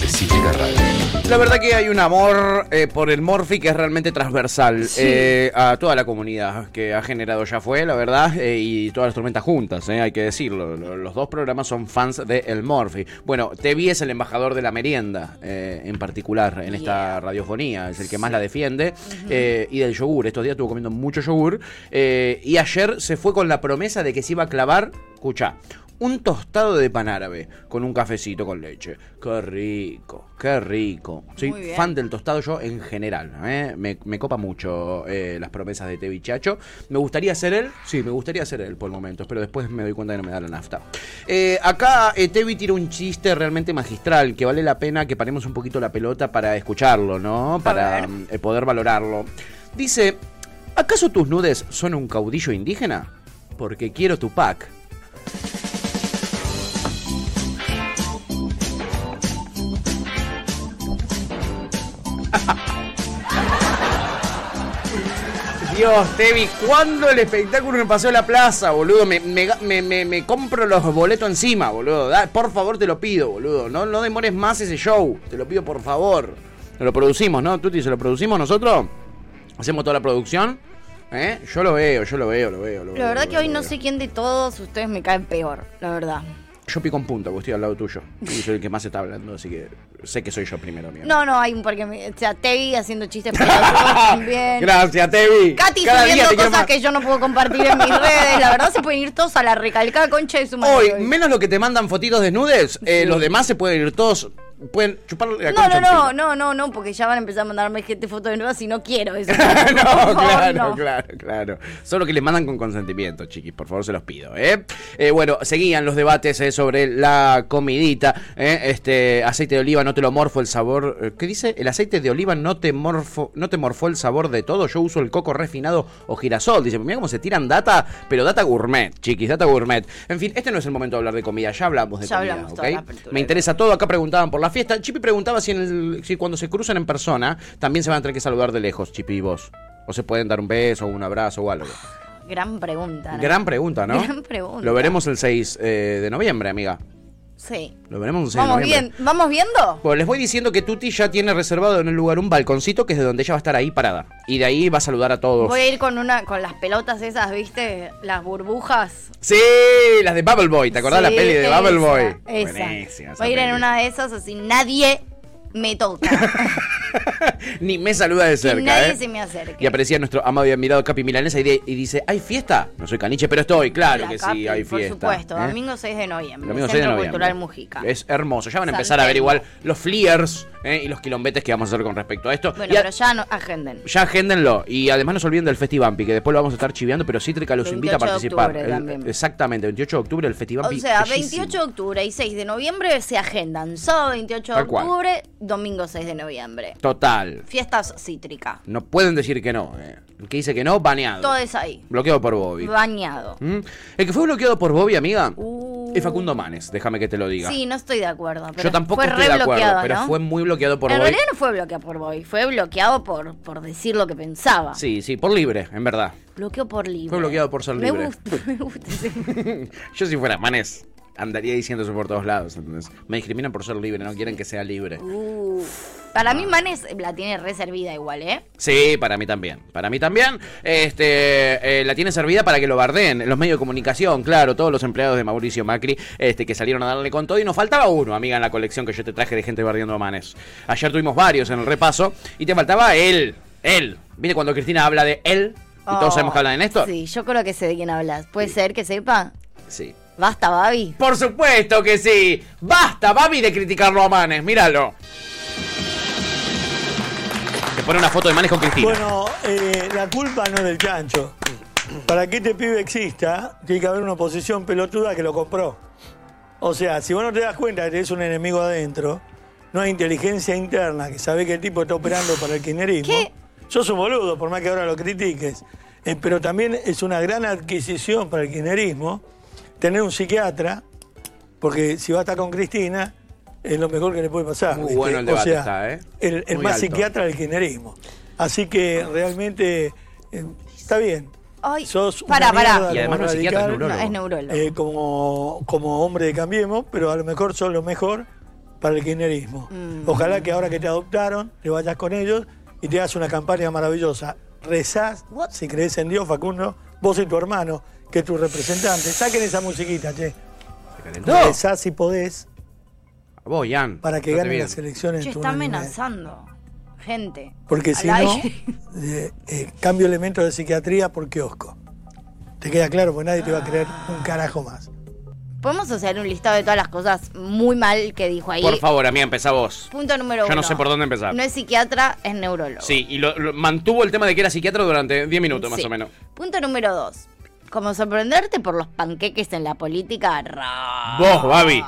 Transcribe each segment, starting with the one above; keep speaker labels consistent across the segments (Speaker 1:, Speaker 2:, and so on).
Speaker 1: de Cítrica Radio.
Speaker 2: La verdad que hay un amor eh, por el Morphy que es realmente transversal eh, a toda la comunidad que ha generado ya fue, la verdad, eh, y todas las tormentas juntas, eh, hay que decirlo. Lo- Los dos programas son fans de El Morphy. Bueno, TV es el embajador de la merienda, eh, en particular, en esta radiofonía, es el que más la defiende, eh, y del yogur. Estos días estuvo comiendo mucho yogur, eh, y ayer se fue con la promesa de que se iba a clavar, escucha, un tostado de pan árabe con un cafecito con leche. Qué rico, qué rico. Soy
Speaker 3: Muy bien.
Speaker 2: fan del tostado yo en general. ¿eh? Me, me copa mucho eh, las promesas de Tevi Chacho. Me gustaría ser él, sí, me gustaría ser él por momentos, pero después me doy cuenta que no me da la nafta. Eh, acá eh, Tevi tira un chiste realmente magistral que vale la pena que paremos un poquito la pelota para escucharlo, ¿no? Para
Speaker 3: ver.
Speaker 2: mm, eh, poder valorarlo. Dice, ¿acaso tus nudes son un caudillo indígena? Porque quiero tu pack. Dios, Tevi, ¿cuándo el espectáculo me pasó a la plaza, boludo? Me, me, me- me- me compro los boletos encima, boludo. Da- por favor, te lo pido, boludo. No, no demores más ese show. Te lo pido, por favor. Nos lo producimos, ¿no, Tuti? ¿Se lo producimos nosotros? ¿Hacemos toda la producción? ¿Eh? Yo lo veo, yo lo veo, lo veo. Lo veo,
Speaker 3: La verdad
Speaker 2: lo
Speaker 3: que
Speaker 2: veo,
Speaker 3: hoy
Speaker 2: lo
Speaker 3: no
Speaker 2: veo.
Speaker 3: sé quién de todos ustedes me caen peor, la verdad.
Speaker 2: Yo pico en punta, porque estoy al lado tuyo. Y soy el que más está hablando, así que sé que soy yo primero, mío.
Speaker 3: No, no, hay un porque me, o sea, Tevi haciendo chistes pelotudos también.
Speaker 2: Gracias, Tevi.
Speaker 3: Katy
Speaker 2: Cada día te
Speaker 3: subiendo
Speaker 2: quiero
Speaker 3: cosas
Speaker 2: más.
Speaker 3: que yo no puedo compartir en mis redes. La verdad se pueden ir todos a la recalcada concha de su madre.
Speaker 2: Hoy, menos los que te mandan fotitos desnudes, eh, los demás se pueden ir todos. Pueden chupar la
Speaker 3: No,
Speaker 2: concha
Speaker 3: no,
Speaker 2: en
Speaker 3: no,
Speaker 2: pila.
Speaker 3: no, no, no, porque ya van a empezar a mandarme gente foto de nueva si no quiero eso. Por
Speaker 2: no,
Speaker 3: favor,
Speaker 2: claro,
Speaker 3: no.
Speaker 2: claro, claro. Solo que les mandan con consentimiento, chiquis, por favor, se los pido, ¿eh? Eh, bueno, seguían los debates eh, sobre la comidita, ¿eh? Este, aceite de oliva no te lo morfo el sabor... eh, ¿Qué dice? El aceite de oliva no te morfo, no te morfó el sabor de todo, yo uso el coco refinado o girasol. Dice, mira cómo se tiran data, pero data gourmet, chiquis, data gourmet. En fin, este no es el momento de hablar de comida, ya hablamos de
Speaker 3: Ya
Speaker 2: comida,
Speaker 3: hablamos
Speaker 2: ¿ok?
Speaker 3: toda la apertura.
Speaker 2: Me interesa todo, acá preguntaban por la fiesta. Chipi preguntaba si, en el- si cuando se cruzan en persona también se van a tener que saludar de lejos, Chipi y vos. O se pueden dar un beso, un abrazo o algo.
Speaker 3: Gran pregunta. ¿no?
Speaker 2: Gran pregunta, ¿no?
Speaker 3: Ah, Gran pregunta.
Speaker 2: Lo veremos el 6 eh, de noviembre, amiga.
Speaker 3: Sí.
Speaker 2: Lo veremos el 6
Speaker 3: Vamos
Speaker 2: de noviembre.
Speaker 3: bien, vamos viendo.
Speaker 2: Bueno, les voy diciendo que Tuti ya tiene reservado en el lugar un balconcito que es de donde ella va a estar ahí parada. Y de ahí va a saludar a todos.
Speaker 3: Voy a ir con una, con las pelotas esas, ¿viste? Las burbujas.
Speaker 2: Sí, las de Bubble Boy. ¿Te acordás
Speaker 3: Sí,
Speaker 2: la peli de
Speaker 3: esa,
Speaker 2: Bubble Boy?
Speaker 3: Esa.
Speaker 2: Buenísima esa
Speaker 3: Voy a ir en
Speaker 2: peli.
Speaker 3: una de esas así nadie me toca.
Speaker 2: Ni me saluda de cerca.
Speaker 3: nadie
Speaker 2: ¿eh?
Speaker 3: se me acerque.
Speaker 2: Y aparecía nuestro amado y admirado Capi Milanesa y, de- y dice, ¿hay fiesta? No soy caniche, pero estoy, claro
Speaker 3: La
Speaker 2: que sí,
Speaker 3: Capi,
Speaker 2: hay
Speaker 3: por
Speaker 2: fiesta.
Speaker 3: supuesto,
Speaker 2: ¿eh?
Speaker 3: domingo 6 de noviembre,
Speaker 2: Domingo 6
Speaker 3: Centro
Speaker 2: de noviembre.
Speaker 3: Cultural Mujica.
Speaker 2: Es hermoso. Ya van a empezar
Speaker 3: San
Speaker 2: a ver
Speaker 3: Telmo.
Speaker 2: igual los fleers ¿eh? y los quilombetes que vamos a hacer con respecto a esto.
Speaker 3: Bueno,
Speaker 2: Y a-
Speaker 3: pero ya no, agenden.
Speaker 2: ya agéndenlo. Y además no se olviden del Festivampi, que después lo vamos a estar chiviando, pero Cítrica los invita a
Speaker 3: 28 de
Speaker 2: participar.
Speaker 3: octubre
Speaker 2: El-
Speaker 3: también.
Speaker 2: exactamente, 28 de octubre el
Speaker 3: O
Speaker 2: Festivampi.
Speaker 3: sea,
Speaker 2: bellísimo.
Speaker 3: 28 de octubre y 6 de noviembre se agendan. Sábado 28 de
Speaker 2: Tal cual.
Speaker 3: octubre, domingo 6 de noviembre.
Speaker 2: Total.
Speaker 3: Fiestas cítrica.
Speaker 2: No pueden decir que no. ¿eh? El que dice que no, baneado.
Speaker 3: Todo es ahí.
Speaker 2: Bloqueado por Bobby.
Speaker 3: Bañado.
Speaker 2: ¿Mm? El que fue bloqueado por Bobby, amiga,
Speaker 3: Uh.
Speaker 2: es Facundo Manes, déjame que te lo diga.
Speaker 3: Sí, no estoy de acuerdo. Pero
Speaker 2: Yo tampoco
Speaker 3: fue
Speaker 2: estoy de acuerdo,
Speaker 3: rebloqueado,
Speaker 2: pero
Speaker 3: ¿no?
Speaker 2: fue muy bloqueado por
Speaker 3: en
Speaker 2: Bobby.
Speaker 3: realidad no fue bloqueado por Boy, fue bloqueado por, por decir lo que pensaba.
Speaker 2: Sí, sí, por libre, en verdad.
Speaker 3: Bloqueo por libre.
Speaker 2: Fue bloqueado por ser
Speaker 3: me
Speaker 2: libre.
Speaker 3: Gusta, me gusta ese-
Speaker 2: Yo si fuera Manes, andaría diciendo eso por todos lados, ¿entendés? Me discriminan por ser libre, no quieren que sea libre.
Speaker 3: Uh, Para mí Manes la tiene reservida igual, ¿eh?
Speaker 2: Sí, para mí también. Para mí también. Este, eh, la tiene servida para que lo bardeen. Los medios de comunicación, claro, todos los empleados de Mauricio Macri este, que salieron a darle con todo. Y nos faltaba uno, amiga, en la colección que yo te traje de gente bardeando a Manes. Ayer tuvimos varios en el repaso y te faltaba él. Él. ¿Viste cuando Cristina habla de él? Y todos
Speaker 3: Oh,
Speaker 2: sabemos que habla de Néstor.
Speaker 3: Sí, yo creo que sé de quién hablas. ¿Puede ser que sepa?
Speaker 2: Sí.
Speaker 3: Basta, Babi.
Speaker 2: Por supuesto que sí. Basta, Babi, de criticarlo a Manes. Míralo. Te pone una foto de Manes con Cristina.
Speaker 4: Bueno, eh, la culpa no es del chancho. Para que este pibe exista, tiene que haber una oposición pelotuda que lo compró. O sea, si vos no te das cuenta que tenés un enemigo adentro, no hay inteligencia interna que sabe que el tipo está operando para el kirchnerismo.
Speaker 3: ¿Qué?
Speaker 4: Sos un boludo, por más que ahora lo critiques. Eh, pero también es una gran adquisición para el kirchnerismo tener un psiquiatra, porque si va a estar con Cristina, es lo mejor que le puede pasar.
Speaker 2: Muy
Speaker 4: ¿viste?
Speaker 2: bueno el
Speaker 4: o
Speaker 2: debate
Speaker 4: sea,
Speaker 2: está, ¿eh?
Speaker 4: el, el
Speaker 2: Muy
Speaker 4: más
Speaker 2: alto.
Speaker 4: psiquiatra del kirchnerismo. Así que realmente eh, está bien.
Speaker 3: Ay,
Speaker 4: Sos una
Speaker 3: pará, pará.
Speaker 4: mierda
Speaker 2: Y además
Speaker 4: como
Speaker 2: no es psiquiatra, es
Speaker 4: radical.
Speaker 3: No, es neurólogo.
Speaker 4: eh, como, como hombre de Cambiemos, pero a lo mejor son lo mejor para el kirchnerismo.
Speaker 3: Mm.
Speaker 4: Ojalá que ahora que te adoptaron, te vayas con ellos y te hagas una campaña maravillosa. Rezás, si crees en Dios, Facundo, vos y tu hermano, que es tu representante. Saquen esa musiquita, che.
Speaker 2: No.
Speaker 4: Rezás si podés
Speaker 2: A vos, Ian.
Speaker 4: para que
Speaker 2: no te
Speaker 4: ganen
Speaker 2: viene.
Speaker 4: las elecciones.
Speaker 3: Che,
Speaker 4: en tu
Speaker 3: está
Speaker 4: unanimidad.
Speaker 3: amenazando. Gente.
Speaker 4: Porque
Speaker 3: al
Speaker 4: si no,
Speaker 3: aire.
Speaker 4: eh, eh, cambio elemento de psiquiatría por kiosco. ¿Te queda claro? Pues nadie te va a creer un carajo más.
Speaker 3: Podemos hacer un listado de todas las cosas muy mal que dijo ahí.
Speaker 2: Por favor, amiga, empezá vos.
Speaker 3: Punto número uno.
Speaker 2: Yo no sé por dónde empezar.
Speaker 3: No es psiquiatra, es neurólogo.
Speaker 2: Sí, y lo, lo- mantuvo el tema de que era psiquiatra durante 10 minutos más
Speaker 3: Sí.
Speaker 2: o menos.
Speaker 3: Punto número dos. Como sorprenderte por los panqueques en la política, raro.
Speaker 2: Vos, Babi.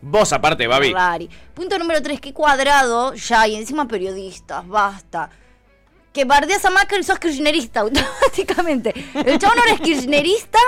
Speaker 2: Vos aparte, Babi.
Speaker 3: Rari. Punto número 3, que cuadrado, ya, y encima periodistas, basta. Que bardeas a Macri y sos kirchnerista automáticamente. El chabón ahora es kirchnerista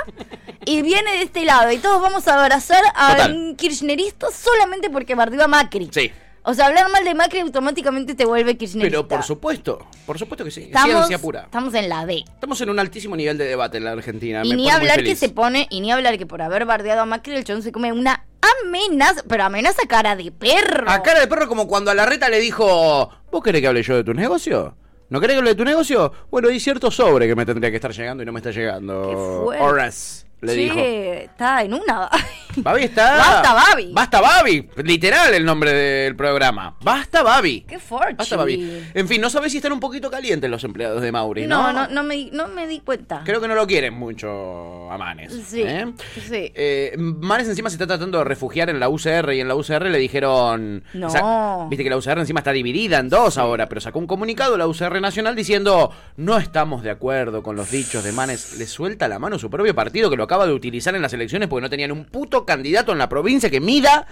Speaker 3: y viene de este lado. Y todos vamos a abrazar a
Speaker 2: Total.
Speaker 3: un kirchnerista solamente porque bardeó a Macri.
Speaker 2: Sí.
Speaker 3: O sea, hablar mal de Macri automáticamente te vuelve kirchnerista.
Speaker 2: Pero por supuesto, por supuesto que sí.
Speaker 3: estamos,
Speaker 2: Ciencia pura.
Speaker 3: estamos en la D.
Speaker 2: Estamos en un altísimo nivel de debate en la Argentina.
Speaker 3: Y
Speaker 2: Ah, me pone
Speaker 3: ni
Speaker 2: muy
Speaker 3: hablar que
Speaker 2: feliz.
Speaker 3: se pone, y ni hablar que por haber bardeado a Macri, el chabón se come una amenaza, pero amenaza cara de perro.
Speaker 2: A Ah, cara de perro, como cuando a la reta le dijo: ¿Vos querés que hable yo de tu negocio? ¿No querés que hable de tu negocio? Bueno, hay cierto sobre que me tendría que estar llegando y no me está llegando.
Speaker 3: Qué fuerte.
Speaker 2: Horas, le
Speaker 3: Che,
Speaker 2: dijo.
Speaker 3: está en una.
Speaker 2: Babi está.
Speaker 3: Basta, Babi.
Speaker 2: Basta, Babi. Literal el nombre del programa. Basta, Babi.
Speaker 3: Qué forchi.
Speaker 2: Basta, Babi. Ah, En fin, no sabés si están un poquito calientes los empleados de Mauri, ¿no?
Speaker 3: No, no, no me, di- no me di cuenta.
Speaker 2: Creo que no lo quieren mucho a Manes.
Speaker 3: Sí,
Speaker 2: ¿eh?
Speaker 3: sí.
Speaker 2: Eh, Manes encima se está tratando de refugiar en la UCR y en la UCR le dijeron.
Speaker 3: No.
Speaker 2: Viste que la UCR encima está dividida en dos ahora, pero sacó un comunicado la UCR Nacional diciendo: No estamos de acuerdo con los dichos de Manes. Le suelta la mano su propio partido que lo acaba de utilizar en las elecciones porque no tenían un puto candidato en la provincia que mida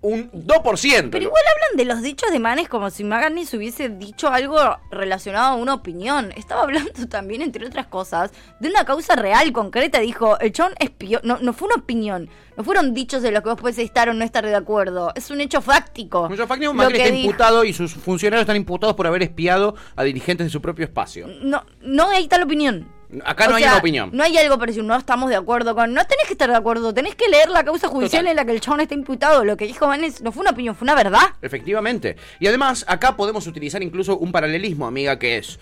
Speaker 2: un 2%.
Speaker 3: Pero igual hablan de los dichos de Manes como si Maganis hubiese dicho algo relacionado a una opinión. Estaba hablando también, entre otras cosas, de una causa real, concreta. Dijo, el chon es pio- No, no fue una opinión. No fueron dichos de los que vos podés estar o no estar de acuerdo. Es un hecho fáctico.
Speaker 2: Mucho Facni,
Speaker 3: Lo
Speaker 2: Macri
Speaker 3: que
Speaker 2: está
Speaker 3: dijo-
Speaker 2: imputado y sus funcionarios están imputados por haber espiado a dirigentes de su propio espacio.
Speaker 3: No, no hay tal opinión.
Speaker 2: Acá no
Speaker 3: O
Speaker 2: hay
Speaker 3: sea,
Speaker 2: una opinión.
Speaker 3: No hay algo para decir, no estamos de acuerdo con. No tenés que estar de acuerdo, tenés que leer la causa judicial
Speaker 2: Total.
Speaker 3: en la que el chabón está imputado. Lo que dijo Manes no fue una opinión, fue una verdad.
Speaker 2: Efectivamente. Y además, acá podemos utilizar incluso un paralelismo, amiga, que es.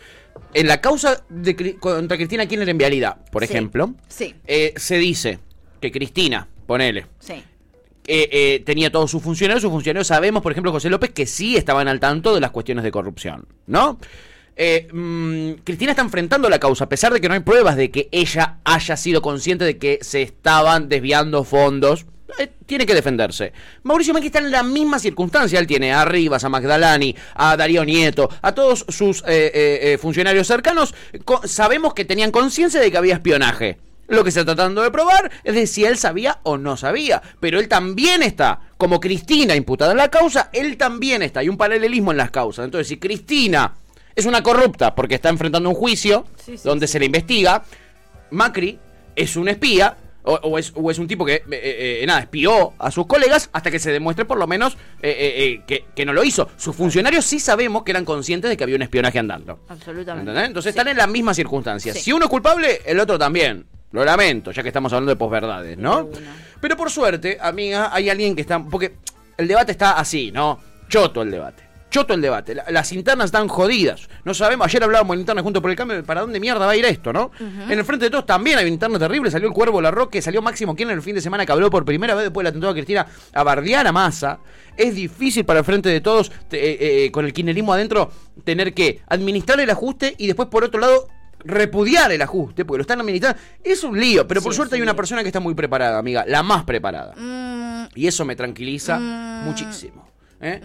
Speaker 2: En la causa de, Cri- contra Cristina Kirchner en vialidad, por
Speaker 3: Sí,
Speaker 2: ejemplo,
Speaker 3: sí.
Speaker 2: eh, se dice que Cristina, ponele,
Speaker 3: Sí.
Speaker 2: eh, eh, tenía todos sus funcionarios. Sus funcionarios sabemos, por ejemplo, José López, que sí estaban al tanto de las cuestiones de corrupción, ¿no? Eh, mm, Cristina está enfrentando la causa, a pesar de que no hay pruebas de que ella haya sido consciente de que se estaban desviando fondos. Eh, tiene que defenderse. Mauricio Macri está en la misma circunstancia. Él tiene a Rivas, a Magdalani, a Darío Nieto, a todos sus eh, eh, eh, funcionarios cercanos. Co- sabemos que tenían conciencia de que había espionaje. Lo que se está tratando de probar es de si él sabía o no sabía. Pero él también está, como Cristina imputada en la causa, él también está. Hay un paralelismo en las causas. Entonces, si Cristina es una corrupta porque está enfrentando un juicio
Speaker 3: Sí, sí,
Speaker 2: donde se le investiga, Macri es un espía o, o es, o es un tipo que, eh, eh, eh, nada, espió a sus colegas hasta que se demuestre por lo menos eh, eh, eh, que, que no lo hizo. Sus funcionarios sí sabemos que eran conscientes de que había un espionaje andando.
Speaker 3: Absolutamente.
Speaker 2: ¿Entendés? Entonces están en las mismas circunstancias.
Speaker 3: Sí.
Speaker 2: Si uno es culpable, el otro también. Lo lamento, ya que estamos hablando de posverdades, ¿no?
Speaker 3: De una.
Speaker 2: Pero por suerte, amiga, hay alguien que está. Porque el debate está así, ¿no? Choto el debate. Choto el debate. La- Las internas están jodidas. No sabemos. Ayer hablábamos en interna junto por el cambio. de ¿Para dónde mierda va a ir esto, no? En el frente de todos también hay una interna terrible. Salió el cuervo La Roque, salió Máximo Quien en el fin de semana que habló por primera vez después del atentado a Cristina a bardear a masa. Es difícil para el frente de todos, te- eh, eh, con el kirchnerismo adentro, tener que administrar el ajuste y después, por otro lado, repudiar el ajuste, porque lo están administrando. Es un lío, pero por
Speaker 3: Sí,
Speaker 2: suerte
Speaker 3: es
Speaker 2: hay
Speaker 3: un
Speaker 2: una
Speaker 3: lío.
Speaker 2: persona que está muy preparada, amiga, la más preparada.
Speaker 3: Mm,
Speaker 2: Y eso me tranquiliza
Speaker 3: Mm.
Speaker 2: muchísimo. ¿eh?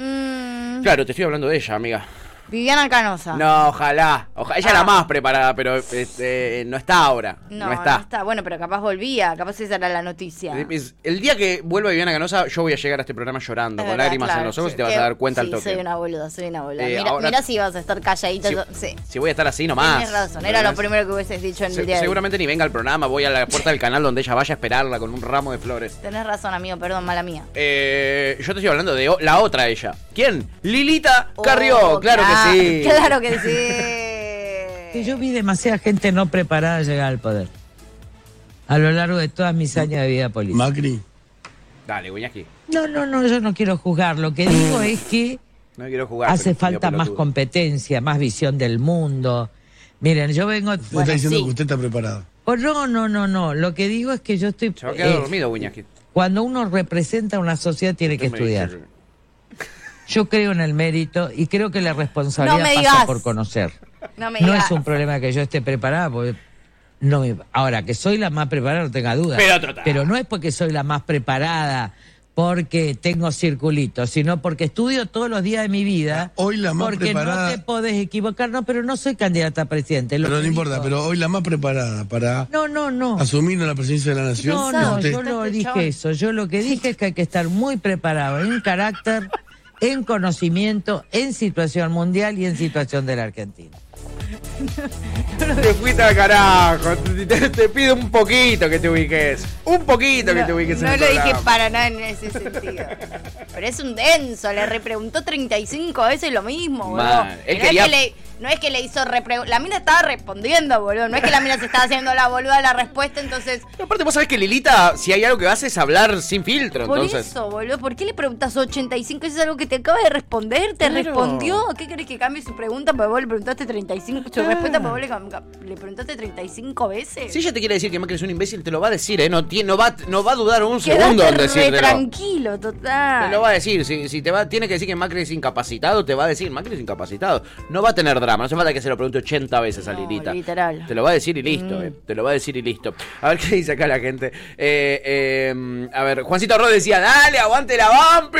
Speaker 3: mm,
Speaker 2: Claro, te estoy hablando de ella, amiga.
Speaker 3: Viviana Canosa.
Speaker 2: No, ojalá. oja- Ella es la
Speaker 3: Ah.
Speaker 2: más preparada, pero este, no está ahora. No,
Speaker 3: No,
Speaker 2: está.
Speaker 3: no Bueno, pero capaz volvía, capaz esa era la noticia.
Speaker 2: Es- El día que vuelva Viviana Canosa, yo voy a llegar a este programa llorando,
Speaker 3: Es
Speaker 2: con
Speaker 3: verdad,
Speaker 2: lágrimas en
Speaker 3: claro,
Speaker 2: los ojos
Speaker 3: sí.
Speaker 2: y te vas a dar cuenta
Speaker 3: sí,
Speaker 2: al toque.
Speaker 3: soy una boluda, soy una boluda.
Speaker 2: Eh,
Speaker 3: mira,
Speaker 2: ahora-
Speaker 3: mira si vas a estar calladita.
Speaker 2: Si-
Speaker 3: yo- Sí.
Speaker 2: Si voy a estar así nomás.
Speaker 3: Tienes razón, era lo
Speaker 2: ¿verdad?
Speaker 3: primero que hubieses dicho en
Speaker 2: Se-
Speaker 3: el día de hoy.
Speaker 2: seguramente ni venga al programa, voy a la puerta del canal donde ella vaya a esperarla con un ramo de flores.
Speaker 3: Tenés razón, amigo, perdón, mala mía.
Speaker 2: Eh, yo te estoy hablando de o- la otra ella. ¿Quién? Lilita Carrió,
Speaker 3: Oh,
Speaker 2: claro que sí.
Speaker 3: Claro que sí.
Speaker 5: Que yo vi demasiada gente no preparada llegar al poder. a lo largo de todas mis años de vida política.
Speaker 6: Macri.
Speaker 2: Dale, Guñaki.
Speaker 5: No, no, no, yo no quiero juzgar. Lo que digo es que
Speaker 2: No quiero jugar.
Speaker 5: hace
Speaker 2: pero
Speaker 5: falta
Speaker 2: medio
Speaker 5: más
Speaker 2: pelotudo.
Speaker 5: competencia, más visión del mundo. Miren, yo vengo.
Speaker 6: Usted está diciendo
Speaker 3: sí.
Speaker 6: que usted está preparado.
Speaker 5: Oh, no, no, no, no. Lo que digo es que yo estoy.
Speaker 2: Se va a quedar
Speaker 5: eh,
Speaker 2: dormido, Guñaki.
Speaker 5: Cuando uno representa a una sociedad tiene que
Speaker 2: Me
Speaker 5: estudiar.
Speaker 2: dice-
Speaker 5: Yo creo en el mérito y creo que la responsabilidad
Speaker 3: No me
Speaker 5: pasa
Speaker 3: digas.
Speaker 5: por conocer.
Speaker 3: No me
Speaker 5: No
Speaker 3: digas.
Speaker 5: es un problema que yo esté preparada, porque no me- ahora que soy la más preparada no tenga duda.
Speaker 2: Pero trotá.
Speaker 5: Pero no es porque soy la más preparada, porque tengo circulitos, sino porque estudio todos los días de mi vida.
Speaker 6: Ah, Hoy la más
Speaker 5: porque
Speaker 6: preparada-
Speaker 5: no te podés equivocar, no, pero no soy candidata a presidente. lo
Speaker 6: Pero no
Speaker 5: que
Speaker 6: importa,
Speaker 5: digo-
Speaker 6: pero hoy la más preparada para
Speaker 5: No, no, no.
Speaker 6: asumir la presidencia de la nación
Speaker 5: No,
Speaker 6: es
Speaker 5: no,
Speaker 6: usted.
Speaker 5: yo no
Speaker 3: Este
Speaker 5: dije
Speaker 3: chabón.
Speaker 5: eso. Yo lo que dije es que hay que estar muy preparado en carácter, en conocimiento, en situación mundial y en situación de la Argentina.
Speaker 2: Te fuiste al carajo. Te, te- te pido un poquito que te ubiques. Un poquito que te
Speaker 3: No,
Speaker 2: ubiques en
Speaker 3: no
Speaker 2: el
Speaker 3: lo dije
Speaker 2: programa.
Speaker 3: para nada en ese sentido. Pero es un denso, le repreguntó 35 veces lo mismo, boludo.
Speaker 2: Mal. Él
Speaker 3: Y no,
Speaker 2: quería-
Speaker 3: es que le, no es que le hizo repreguntar. La mina estaba respondiendo, boludo. No es que la mina se estaba haciendo la boluda la respuesta, entonces.
Speaker 2: Aparte, vos sabés que Lilita, si hay algo que hace es hablar sin filtro,
Speaker 3: Por
Speaker 2: entonces.
Speaker 3: eso, boludo. ¿Por qué le preguntas 85? Eso es algo que te acaba de responder. ¿Te
Speaker 2: Claro.
Speaker 3: respondió? ¿Qué querés que cambie su pregunta? Porque vos le preguntaste 35. Su respuesta, porque vos le, cam- le preguntaste 35 veces.
Speaker 2: Si ella te quiere decir que Macri es un imbécil, te lo va a decir, ¿eh? No, tie- no, va, no va a dudar un
Speaker 3: Quedate
Speaker 2: segundo en
Speaker 3: re
Speaker 2: decírtelo.
Speaker 3: tranquilo,
Speaker 2: Te
Speaker 3: total.
Speaker 2: lo va a decir. Si, si te va, tiene que decir que Macri es incapacitado, te va a decir Macri es incapacitado. No va a tener drama. No hace falta que se lo pregunte 80 veces a
Speaker 3: No,
Speaker 2: Lilita.
Speaker 3: literal. Mm.
Speaker 2: Te lo va a decir y listo, eh. Te lo va a decir y listo. A ver qué dice acá la gente. Eh, eh, a ver, Juancito Arroz decía, dale, aguante la Vampi.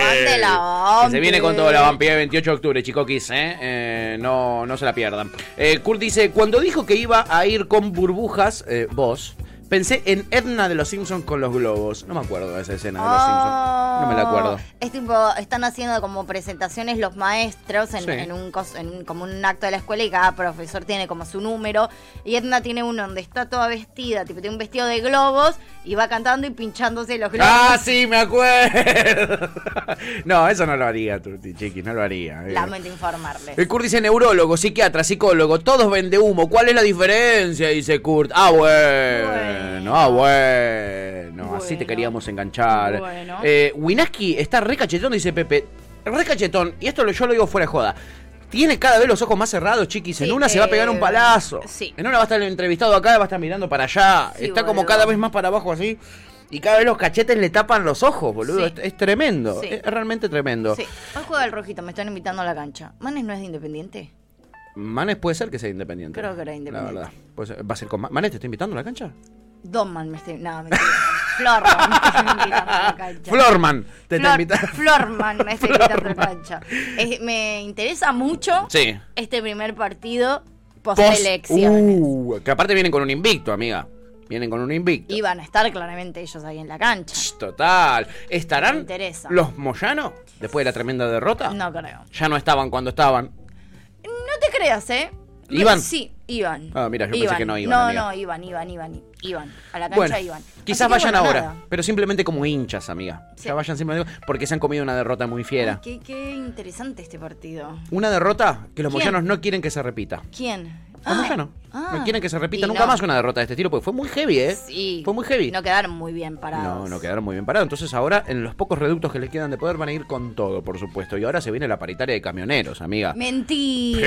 Speaker 3: Aguante la
Speaker 2: Que Se viene con
Speaker 3: Vampi.
Speaker 2: todo la Vampi, eh, 28 de octubre, chicoquis, eh. Eh, no, no se la pierdan. Eh, Kurt dice, cuando dijo que iba a ir con burbujas, eh, vos... Pensé en Edna de los Simpsons con los globos. No me acuerdo de esa escena de los
Speaker 3: Ah.
Speaker 2: Simpsons. No me la acuerdo.
Speaker 3: Oh, Es tipo, están haciendo como presentaciones los maestros en,
Speaker 2: Sí.
Speaker 3: en un, cos- en un- como un acto de la escuela y cada profesor tiene como su número. Y Edna tiene uno donde está toda vestida, tipo tiene un vestido de globos y va cantando y pinchándose los globos.
Speaker 2: Ah, sí, me acuerdo. no, eso no lo haría, Turti Chiqui, no lo haría. Eh,
Speaker 3: Lamento informarles.
Speaker 2: El Kurt dice neurólogo, psiquiatra, psicólogo, todos vende humo. ¿Cuál es la diferencia? Dice Kurt. Ah, bueno,
Speaker 3: Bueno.
Speaker 2: ah, bueno. Así te
Speaker 3: Bueno.
Speaker 2: queríamos enganchar.
Speaker 3: Bueno.
Speaker 2: Eh, Winaski está re cachetón, dice Pepe. Re cachetón, y esto lo- yo lo digo fuera de joda. Tiene cada vez los ojos más cerrados, chiquis. En
Speaker 3: Sí,
Speaker 2: una se va a pegar un
Speaker 3: eh,
Speaker 2: palazo.
Speaker 3: sí.
Speaker 2: En una va a estar el entrevistado acá, va a estar mirando para allá.
Speaker 3: Sí,
Speaker 2: está como
Speaker 3: boludo.
Speaker 2: cada vez más para abajo así. Y cada vez los cachetes le tapan los ojos, boludo.
Speaker 3: Sí.
Speaker 2: Es, es tremendo.
Speaker 3: Sí.
Speaker 2: Es realmente tremendo.
Speaker 3: Sí, hoy juega el rojito, me están invitando a la cancha. ¿Manes no es de independiente?
Speaker 2: Manes puede ser que sea independiente.
Speaker 3: Creo que era
Speaker 2: La
Speaker 3: independiente.
Speaker 2: verdad. Puede ser. ¿Va a ser con Ma- Manes? ¿Te está invitando a la cancha?
Speaker 3: Donman me está. No, mentira. Florman me está invitando a la cancha.
Speaker 2: Florman. Te está
Speaker 3: Flor-
Speaker 2: invitando.
Speaker 3: Florman me está invitando a la cancha. Es- me interesa mucho
Speaker 2: Sí.
Speaker 3: este primer partido
Speaker 2: Post-
Speaker 3: post-elecciones.
Speaker 2: Uh, que aparte vienen con un invicto, amiga. Vienen con un invicto.
Speaker 3: Iban a estar claramente ellos ahí en la cancha.
Speaker 2: Total.
Speaker 3: Me
Speaker 2: ¿Estarán
Speaker 3: interesa.
Speaker 2: los Moyano después de la tremenda derrota?
Speaker 3: No creo.
Speaker 2: Ya no estaban cuando estaban.
Speaker 3: No te creas, ¿eh?
Speaker 2: ¿Iban?
Speaker 3: Sí, iban.
Speaker 2: Ah, mira, yo pensé que no iban,
Speaker 3: No,
Speaker 2: amiga.
Speaker 3: no, iban, iban, iban, iban. A la cancha
Speaker 2: Bueno,
Speaker 3: iban.
Speaker 2: quizás
Speaker 3: Así que,
Speaker 2: vayan
Speaker 3: bueno,
Speaker 2: ahora,
Speaker 3: nada.
Speaker 2: pero simplemente como hinchas, amiga.
Speaker 3: Sí.
Speaker 2: Ya vayan simplemente porque se han comido una derrota muy fiera.
Speaker 3: Qué, qué interesante este partido.
Speaker 2: Una derrota que los
Speaker 3: ¿Quién?
Speaker 2: moyanos no quieren que se repita.
Speaker 3: ¿Quién?
Speaker 2: Los moyanos
Speaker 3: ah.
Speaker 2: no quieren que se repita
Speaker 3: Y
Speaker 2: nunca
Speaker 3: no.
Speaker 2: más una derrota de este estilo porque fue muy heavy, ¿eh?
Speaker 3: Sí.
Speaker 2: Fue muy heavy.
Speaker 3: No quedaron muy bien parados.
Speaker 2: No, no quedaron muy bien parados. Entonces ahora en los pocos reductos que les quedan de poder van a ir con todo, por supuesto. Y ahora se viene la paritaria de camioneros, amiga.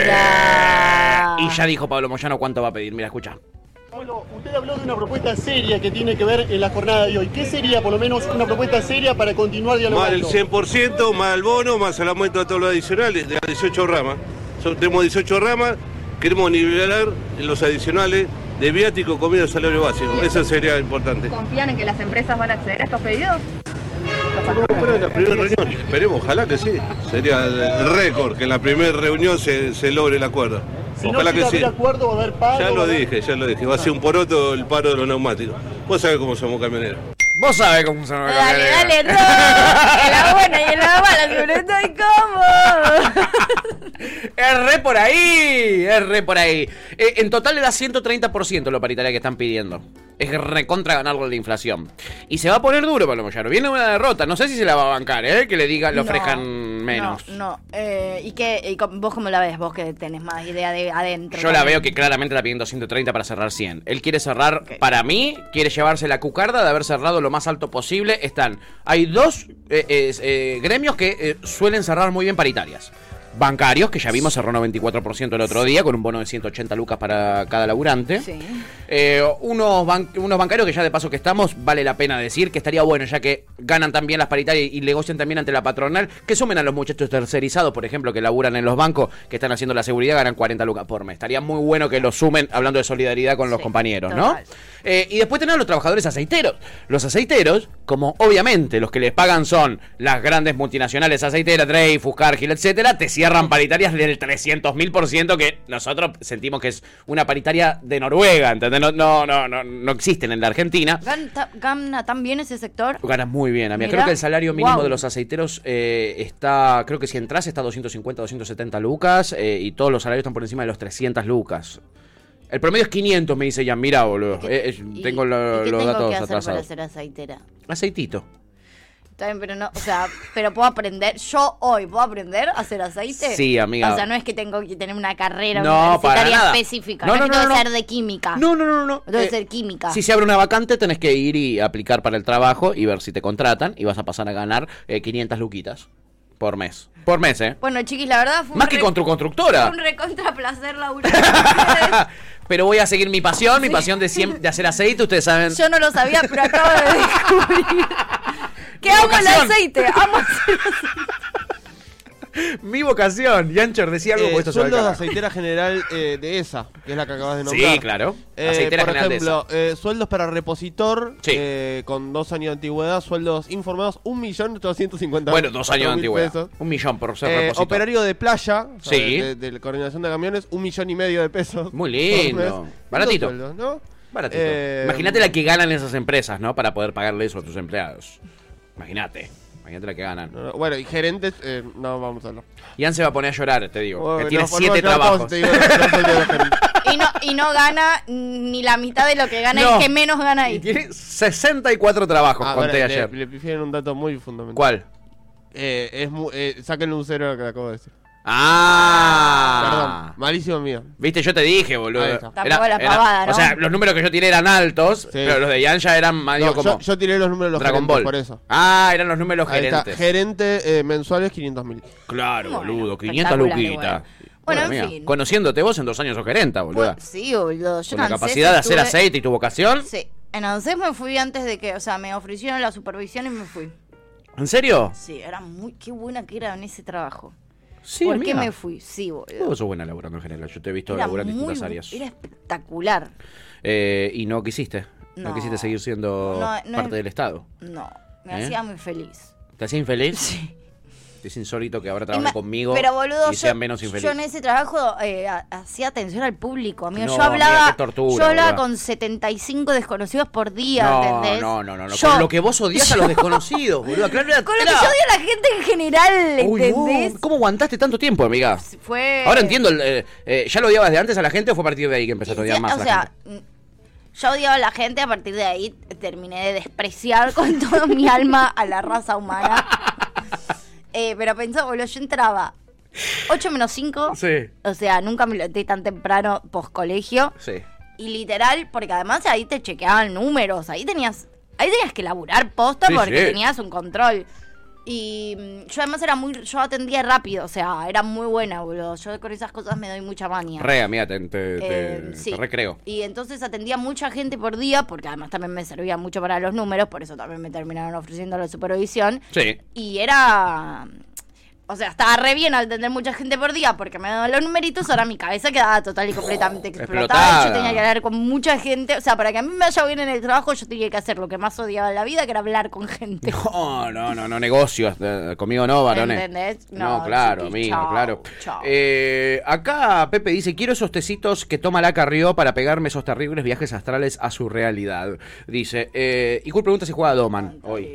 Speaker 3: Mentira.
Speaker 2: Y ya dijo Pablo Moyano cuánto va a pedir. Mira, escucha.
Speaker 7: Pablo, usted habló de una propuesta seria que tiene que ver en la jornada de hoy. ¿Qué sería, por lo menos, una propuesta seria para continuar
Speaker 8: Más
Speaker 7: dialogando?
Speaker 8: el 100%, más el bono, más el aumento de todos los adicionales, de las 18 ramas. So- tenemos 18 ramas, queremos nivelar los adicionales de viático, comida, salario básico. Eso sería importante.
Speaker 9: ¿Confían en que las empresas van a acceder a estos pedidos?
Speaker 8: Bueno, en la primera reunión, esperemos, ojalá que sí. Sería el récord que en la primera reunión se, se logre el acuerdo.
Speaker 7: Si no
Speaker 8: Ojalá
Speaker 7: llega
Speaker 8: que
Speaker 7: a
Speaker 8: sí.
Speaker 7: haber acuerdo, va a haber paro.
Speaker 8: Ya
Speaker 7: va a
Speaker 8: lo
Speaker 7: haber-
Speaker 8: dije, ya lo dije. Va a ser un poroto el paro de los neumáticos. Vos sabés cómo somos camioneros.
Speaker 2: Vos sabés cómo son los
Speaker 3: Dale,
Speaker 2: camioneros.
Speaker 3: dale, Ro. En la buena y en la mala, que no estoy como.
Speaker 2: Es re por ahí, es re por ahí. Eh, en total le da 130% lo paritaria que están pidiendo. Es recontra ganarlo la inflación. Y se va a poner duro, Pablo Moyano. Viene una derrota. No sé si se la va a bancar, ¿eh? Que le digan, le
Speaker 3: No.
Speaker 2: ofrezcan menos.
Speaker 3: No, no. Eh, ¿Y qué? y co- ¿Vos cómo la ves? Vos que tenés más idea de adentro.
Speaker 2: Yo la
Speaker 3: también.
Speaker 2: veo que claramente está pidiendo 130 para cerrar 100. Él quiere cerrar, para mí, quiere llevarse la cucarda de haber cerrado lo más alto posible. Están, hay dos eh, eh, eh, gremios que eh, suelen cerrar muy bien paritarias. Bancarios, que ya vimos cerró 94% el otro día, con un bono de 180 lucas para cada laburante.
Speaker 3: Sí.
Speaker 2: Eh, unos, ban- unos bancarios que ya de paso que estamos, vale la pena decir que estaría bueno, ya que ganan también las paritarias y negocian también ante la patronal, que sumen a los muchachos tercerizados, por ejemplo, que laburan en los bancos, que están haciendo la seguridad, ganan 40 lucas por mes. Estaría muy bueno que los sumen, hablando de solidaridad con los
Speaker 3: Sí,
Speaker 2: compañeros,
Speaker 3: total.
Speaker 2: ¿no? Eh, y después tenemos los trabajadores aceiteros. Los aceiteros, como obviamente los que les pagan son las grandes multinacionales aceiteras, Dreyfus, Cargill, etcétera, te cierran paritarias del 300.000% que nosotros sentimos que es una paritaria de Noruega, ¿entendés? No, no, no, no, no existen en la Argentina.
Speaker 3: ¿Gan- ta- ¿Gana tan bien ese sector?
Speaker 2: Ganas muy bien, amiga.
Speaker 3: Mirá.
Speaker 2: Creo que el salario mínimo
Speaker 3: Guau.
Speaker 2: de los aceiteros eh, está, creo que si entras está 250, 270 lucas eh, y todos los salarios están por encima de los 300 lucas. El promedio es 500, me dice Jan. Mira, boludo. Eh, eh,
Speaker 3: ¿Y-
Speaker 2: tengo lo-
Speaker 3: ¿y qué
Speaker 2: los
Speaker 3: tengo
Speaker 2: datos
Speaker 3: que hacer para
Speaker 2: atrasados.
Speaker 3: ser aceitera?
Speaker 2: Aceitito.
Speaker 3: Está bien, pero no, o sea, pero puedo aprender, yo hoy puedo aprender a hacer aceite.
Speaker 2: Sí, amiga.
Speaker 3: O sea, no es que tengo que tener una carrera
Speaker 2: No, para
Speaker 3: universitaria
Speaker 2: nada.
Speaker 3: específica,
Speaker 2: No,
Speaker 3: no,
Speaker 2: no, no,
Speaker 3: necesito
Speaker 2: no, no.
Speaker 3: ser de química.
Speaker 2: No, no, no, no.
Speaker 3: Tengo que ser química.
Speaker 2: Si se abre una vacante, tenés que ir y aplicar para el trabajo y ver si te contratan y vas a pasar a ganar eh, 500 luquitas por mes. Por mes, ¿eh?
Speaker 3: Bueno, chiquis, la verdad fue
Speaker 2: Más
Speaker 3: un
Speaker 2: que
Speaker 3: re-
Speaker 2: con tu
Speaker 3: fue
Speaker 2: constructora.
Speaker 3: un recontra placer laburar con
Speaker 2: Pero voy a seguir mi pasión, mi pasión de, siem- de hacer aceite, ustedes saben.
Speaker 3: ustedes. Yo no lo sabía, pero acabo de descubrir que amo el
Speaker 2: vocación.
Speaker 3: aceite, amo hacer
Speaker 2: Mi vocación. Yancher decía algo,
Speaker 10: Eh,
Speaker 2: pues esto se va al
Speaker 10: sueldos de
Speaker 2: carajo.
Speaker 10: aceitera general eh, de esa, que es la que acabas de nombrar.
Speaker 2: Sí, claro.
Speaker 10: Eh,
Speaker 2: Aceitera
Speaker 10: por
Speaker 2: general de
Speaker 10: ejemplo, eh, sueldos para repositor
Speaker 2: Sí.
Speaker 10: eh, con dos años de antigüedad, sueldos informados 1.850.000.
Speaker 2: Bueno, dos años de antigüedad.
Speaker 10: pesos.
Speaker 2: Un millón por ser
Speaker 10: Eh,
Speaker 2: repositor.
Speaker 10: operario de playa, o sea,
Speaker 2: Sí.
Speaker 10: de, de la coordinación de camiones, un millón y medio de pesos.
Speaker 2: Muy lindo.
Speaker 10: por mes.
Speaker 2: Baratito.
Speaker 10: Lindos sueldos, ¿no?
Speaker 2: Baratito.
Speaker 10: Eh,
Speaker 2: Imagínate la que ganan esas empresas, ¿no? Para poder pagarle eso a tus empleados. Imagínate. Imagínate la que ganan.
Speaker 10: no, no, bueno, y gerentes, eh, no vamos a hablar.
Speaker 2: Ian se va a poner a llorar, te digo.
Speaker 10: Bueno,
Speaker 2: que tiene
Speaker 10: no, por
Speaker 2: siete
Speaker 10: no, no,
Speaker 2: trabajos.
Speaker 10: te digo los- los sueldos de los gerentes.
Speaker 3: Y no, y no gana ni la mitad de lo que gana
Speaker 2: No.
Speaker 3: el que menos gana
Speaker 2: Y
Speaker 3: ahí.
Speaker 2: tiene 64 trabajos,
Speaker 10: Ah,
Speaker 2: conté
Speaker 10: ahora, le-
Speaker 2: ayer.
Speaker 10: Le, prefieren un dato muy fundamental.
Speaker 2: ¿Cuál?
Speaker 10: Eh, es mu- eh, sáquenle un cero a lo que acabo de decir.
Speaker 2: Ah.
Speaker 10: Perdón, malísimo mío.
Speaker 2: Viste, yo te dije, boludo.
Speaker 10: Ahí está.
Speaker 3: Tampoco la pavada, ¿no?
Speaker 2: O sea, los números que yo tiré eran altos,
Speaker 10: Sí.
Speaker 2: pero los de Ian ya eran medio
Speaker 10: No,
Speaker 2: como
Speaker 10: yo, yo tiré los números de los
Speaker 2: Ah, Dragon
Speaker 10: gerentes,
Speaker 2: Ball.
Speaker 10: por eso.
Speaker 2: Ah, eran los números
Speaker 10: Ahí está,
Speaker 2: gerentes.
Speaker 10: gerente eh, mensuales 500 mil.
Speaker 2: Claro,
Speaker 3: Bueno,
Speaker 2: boludo, 500
Speaker 3: espectacular
Speaker 2: luquitas.
Speaker 3: igual. Bueno, en
Speaker 2: mía,
Speaker 3: fin.
Speaker 2: Conociéndote vos en dos años sos gerenta, boluda.
Speaker 3: Bueno, sí, boludo. Yo
Speaker 2: Con la
Speaker 3: en ANSES
Speaker 2: capacidad de hacer
Speaker 3: estuve-
Speaker 2: aceite y tu vocación.
Speaker 3: Sí. En ANSES me fui antes de que, o sea, me ofrecieron la supervisión y me fui.
Speaker 2: ¿En serio?
Speaker 3: Sí, era muy, qué buena que era en ese trabajo.
Speaker 2: Sí,
Speaker 3: ¿Por
Speaker 2: amiga.
Speaker 3: qué me fui? Sí,
Speaker 2: Vos
Speaker 3: boludo.
Speaker 2: sos buena laburando en general. Yo te he visto
Speaker 3: Era,
Speaker 2: laburar en
Speaker 3: muy
Speaker 2: distintas
Speaker 3: bu-
Speaker 2: áreas.
Speaker 3: era espectacular.
Speaker 2: Eh, y no quisiste. No,
Speaker 3: No.
Speaker 2: quisiste seguir siendo
Speaker 3: No, no
Speaker 2: parte
Speaker 3: es-
Speaker 2: del Estado.
Speaker 3: No, me
Speaker 2: ¿Eh?
Speaker 3: hacía muy feliz.
Speaker 2: ¿Te hacía infeliz?
Speaker 3: Sí.
Speaker 2: Es insólito que ahora trabajes
Speaker 3: Ima-
Speaker 2: conmigo
Speaker 3: pero, boludo,
Speaker 2: y
Speaker 3: yo-
Speaker 2: sean menos
Speaker 3: Yo
Speaker 2: infelices.
Speaker 3: en ese trabajo eh, ha- hacía atención al público, amigo.
Speaker 2: No,
Speaker 3: yo hablaba,
Speaker 2: amiga, qué tortura,
Speaker 3: yo hablaba
Speaker 2: boluda.
Speaker 3: con 75 desconocidos por día,
Speaker 2: no,
Speaker 3: ¿entendés?
Speaker 2: no, no, no, no.
Speaker 3: Yo-
Speaker 2: Con lo que vos odias a los desconocidos, boludo. Claro, era-
Speaker 3: Con lo que
Speaker 2: era-
Speaker 3: yo odio a la gente en general,
Speaker 2: Uy, no,
Speaker 3: ¿entendés?
Speaker 2: ¿Cómo aguantaste tanto tiempo, amiga?
Speaker 3: Fue...
Speaker 2: Ahora entiendo, el, eh, eh, ¿ya lo odiabas de antes a la gente o fue a partir de ahí que empezaste a odiar
Speaker 3: Sí,
Speaker 2: más
Speaker 3: o
Speaker 2: a la
Speaker 3: sea,
Speaker 2: gente?
Speaker 3: mm, yo odiaba a la gente, a partir de ahí terminé de despreciar con toda mi alma a la raza humana. Eh, pero pensaba, boludo, yo entraba 8 menos 5.
Speaker 2: Sí.
Speaker 3: O sea, nunca me levanté tan temprano post colegio.
Speaker 2: Sí.
Speaker 3: Y literal, porque además ahí te chequeaban números, ahí tenías, ahí tenías que laburar posta
Speaker 2: Sí,
Speaker 3: porque
Speaker 2: sí.
Speaker 3: tenías un control. Y mm, yo además era muy, yo atendía rápido, o sea, era muy buena, boludo. Yo con esas cosas me doy mucha manía.
Speaker 2: Re, amiga, te, te-
Speaker 3: Eh,
Speaker 2: te-
Speaker 3: sí.
Speaker 2: te recreo.
Speaker 3: Y entonces atendía mucha gente por día, porque además también me servía mucho para los números, por eso también me terminaron ofreciendo la supervisión.
Speaker 2: Sí.
Speaker 3: Y era. O sea, estaba re bien al tener mucha gente por día porque me daban los numeritos. Ahora mi cabeza quedaba total y completamente explotada.
Speaker 2: Oh, Explotada.
Speaker 3: Yo tenía que hablar con mucha gente. O sea, para que a mí me vaya bien en el trabajo, yo tenía que hacer lo que más odiaba en la vida, que era hablar con gente.
Speaker 2: No, no, no, no, negocios. eh, Conmigo no, varones.
Speaker 3: ¿Entendés?
Speaker 2: No,
Speaker 3: No,
Speaker 2: claro,
Speaker 3: chiquis,
Speaker 2: amigo,
Speaker 3: chau,
Speaker 2: claro.
Speaker 3: chau.
Speaker 2: Eh, acá Pepe dice: Quiero esos tecitos que toma la Carrió para pegarme esos terribles viajes astrales a su realidad. Dice: eh, Icul pregunta si juega a Doman hoy.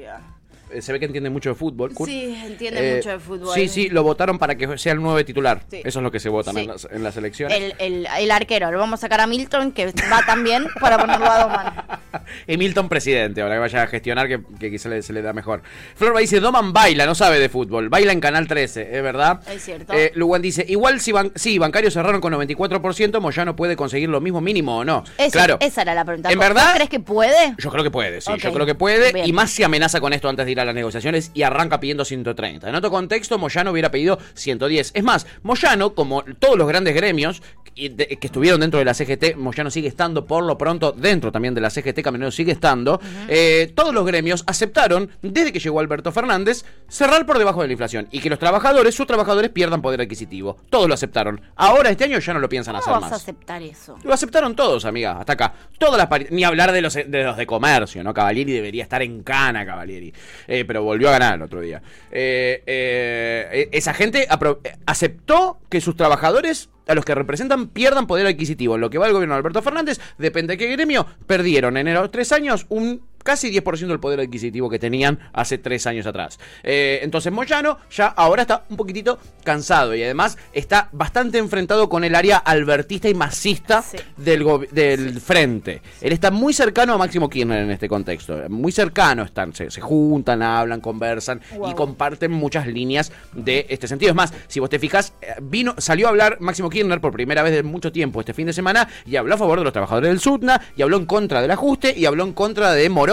Speaker 2: eh, se ve que entiende mucho de fútbol. Kurt.
Speaker 3: Sí, entiende mucho de fútbol.
Speaker 2: Sí, sí, lo votaron para que sea el nueve titular.
Speaker 3: Sí.
Speaker 2: Eso es lo que se votan
Speaker 3: Sí.
Speaker 2: en, las, en las elecciones.
Speaker 3: El, el- el arquero, lo vamos a sacar a Milton, que va también, para ponerlo a Doman.
Speaker 2: Y Milton presidente, ahora que vaya a gestionar, que, que quizá le- se le da mejor. Florba dice, Doman baila, no sabe de fútbol. Baila en Canal 13, es verdad.
Speaker 3: Es cierto.
Speaker 2: Eh, Lugan dice, igual si, ban sí, bancarios cerraron con 94%, Moyano puede conseguir lo mismo mínimo o no.
Speaker 3: Esa-
Speaker 2: claro.
Speaker 3: Esa era la pregunta.
Speaker 2: ¿En
Speaker 3: ¿Vos
Speaker 2: verdad?
Speaker 3: crees que puede?
Speaker 2: Yo creo que puede, sí, yo
Speaker 3: Ok.
Speaker 2: creo que puede.
Speaker 3: Bien.
Speaker 2: Y más si amenaza con esto antes de ir a las negociaciones y arranca pidiendo 130. En otro contexto, Moyano hubiera pedido 110. Es más, Moyano, como todos los grandes gremios y de- que estuvieron dentro de la CGT, Moyano sigue estando por lo pronto dentro también de la CGT, Camionero sigue estando. eh, todos los gremios aceptaron, desde que llegó Alberto Fernández, cerrar por debajo de la inflación y que los trabajadores, sus trabajadores, pierdan poder adquisitivo. Todos lo aceptaron. Ahora, este año ya no lo piensan hacer
Speaker 3: ¿Cómo vas
Speaker 2: más.
Speaker 3: a aceptar eso?
Speaker 2: Lo aceptaron todos, amiga, hasta acá. Todas las pari- Ni hablar de los de, los de comercio, ¿no? Cavalieri debería estar en cana, Cavalieri. Eh, pero volvió a ganar el otro día. Eh, eh, eh, esa gente apro- eh, aceptó que sus trabajadores, a los que representan, pierdan poder adquisitivo. En Lo que va el gobierno de Alberto Fernández, depende de qué gremio, perdieron en los tres años un casi 10% del poder adquisitivo que tenían hace tres años atrás. Eh, entonces Moyano ya ahora está un poquitito cansado y además está bastante enfrentado con el área albertista y masista del, gobi- del frente. Él está muy cercano a Máximo Kirchner en este contexto, muy cercano están, se, se juntan, hablan, conversan y comparten muchas líneas de este sentido. Es más, si vos te fijas, eh, vino, salió a hablar Máximo Kirchner por primera vez de mucho tiempo este fin de semana y habló a favor de los trabajadores del SUTNA y habló en contra del ajuste y habló en contra de Moroni,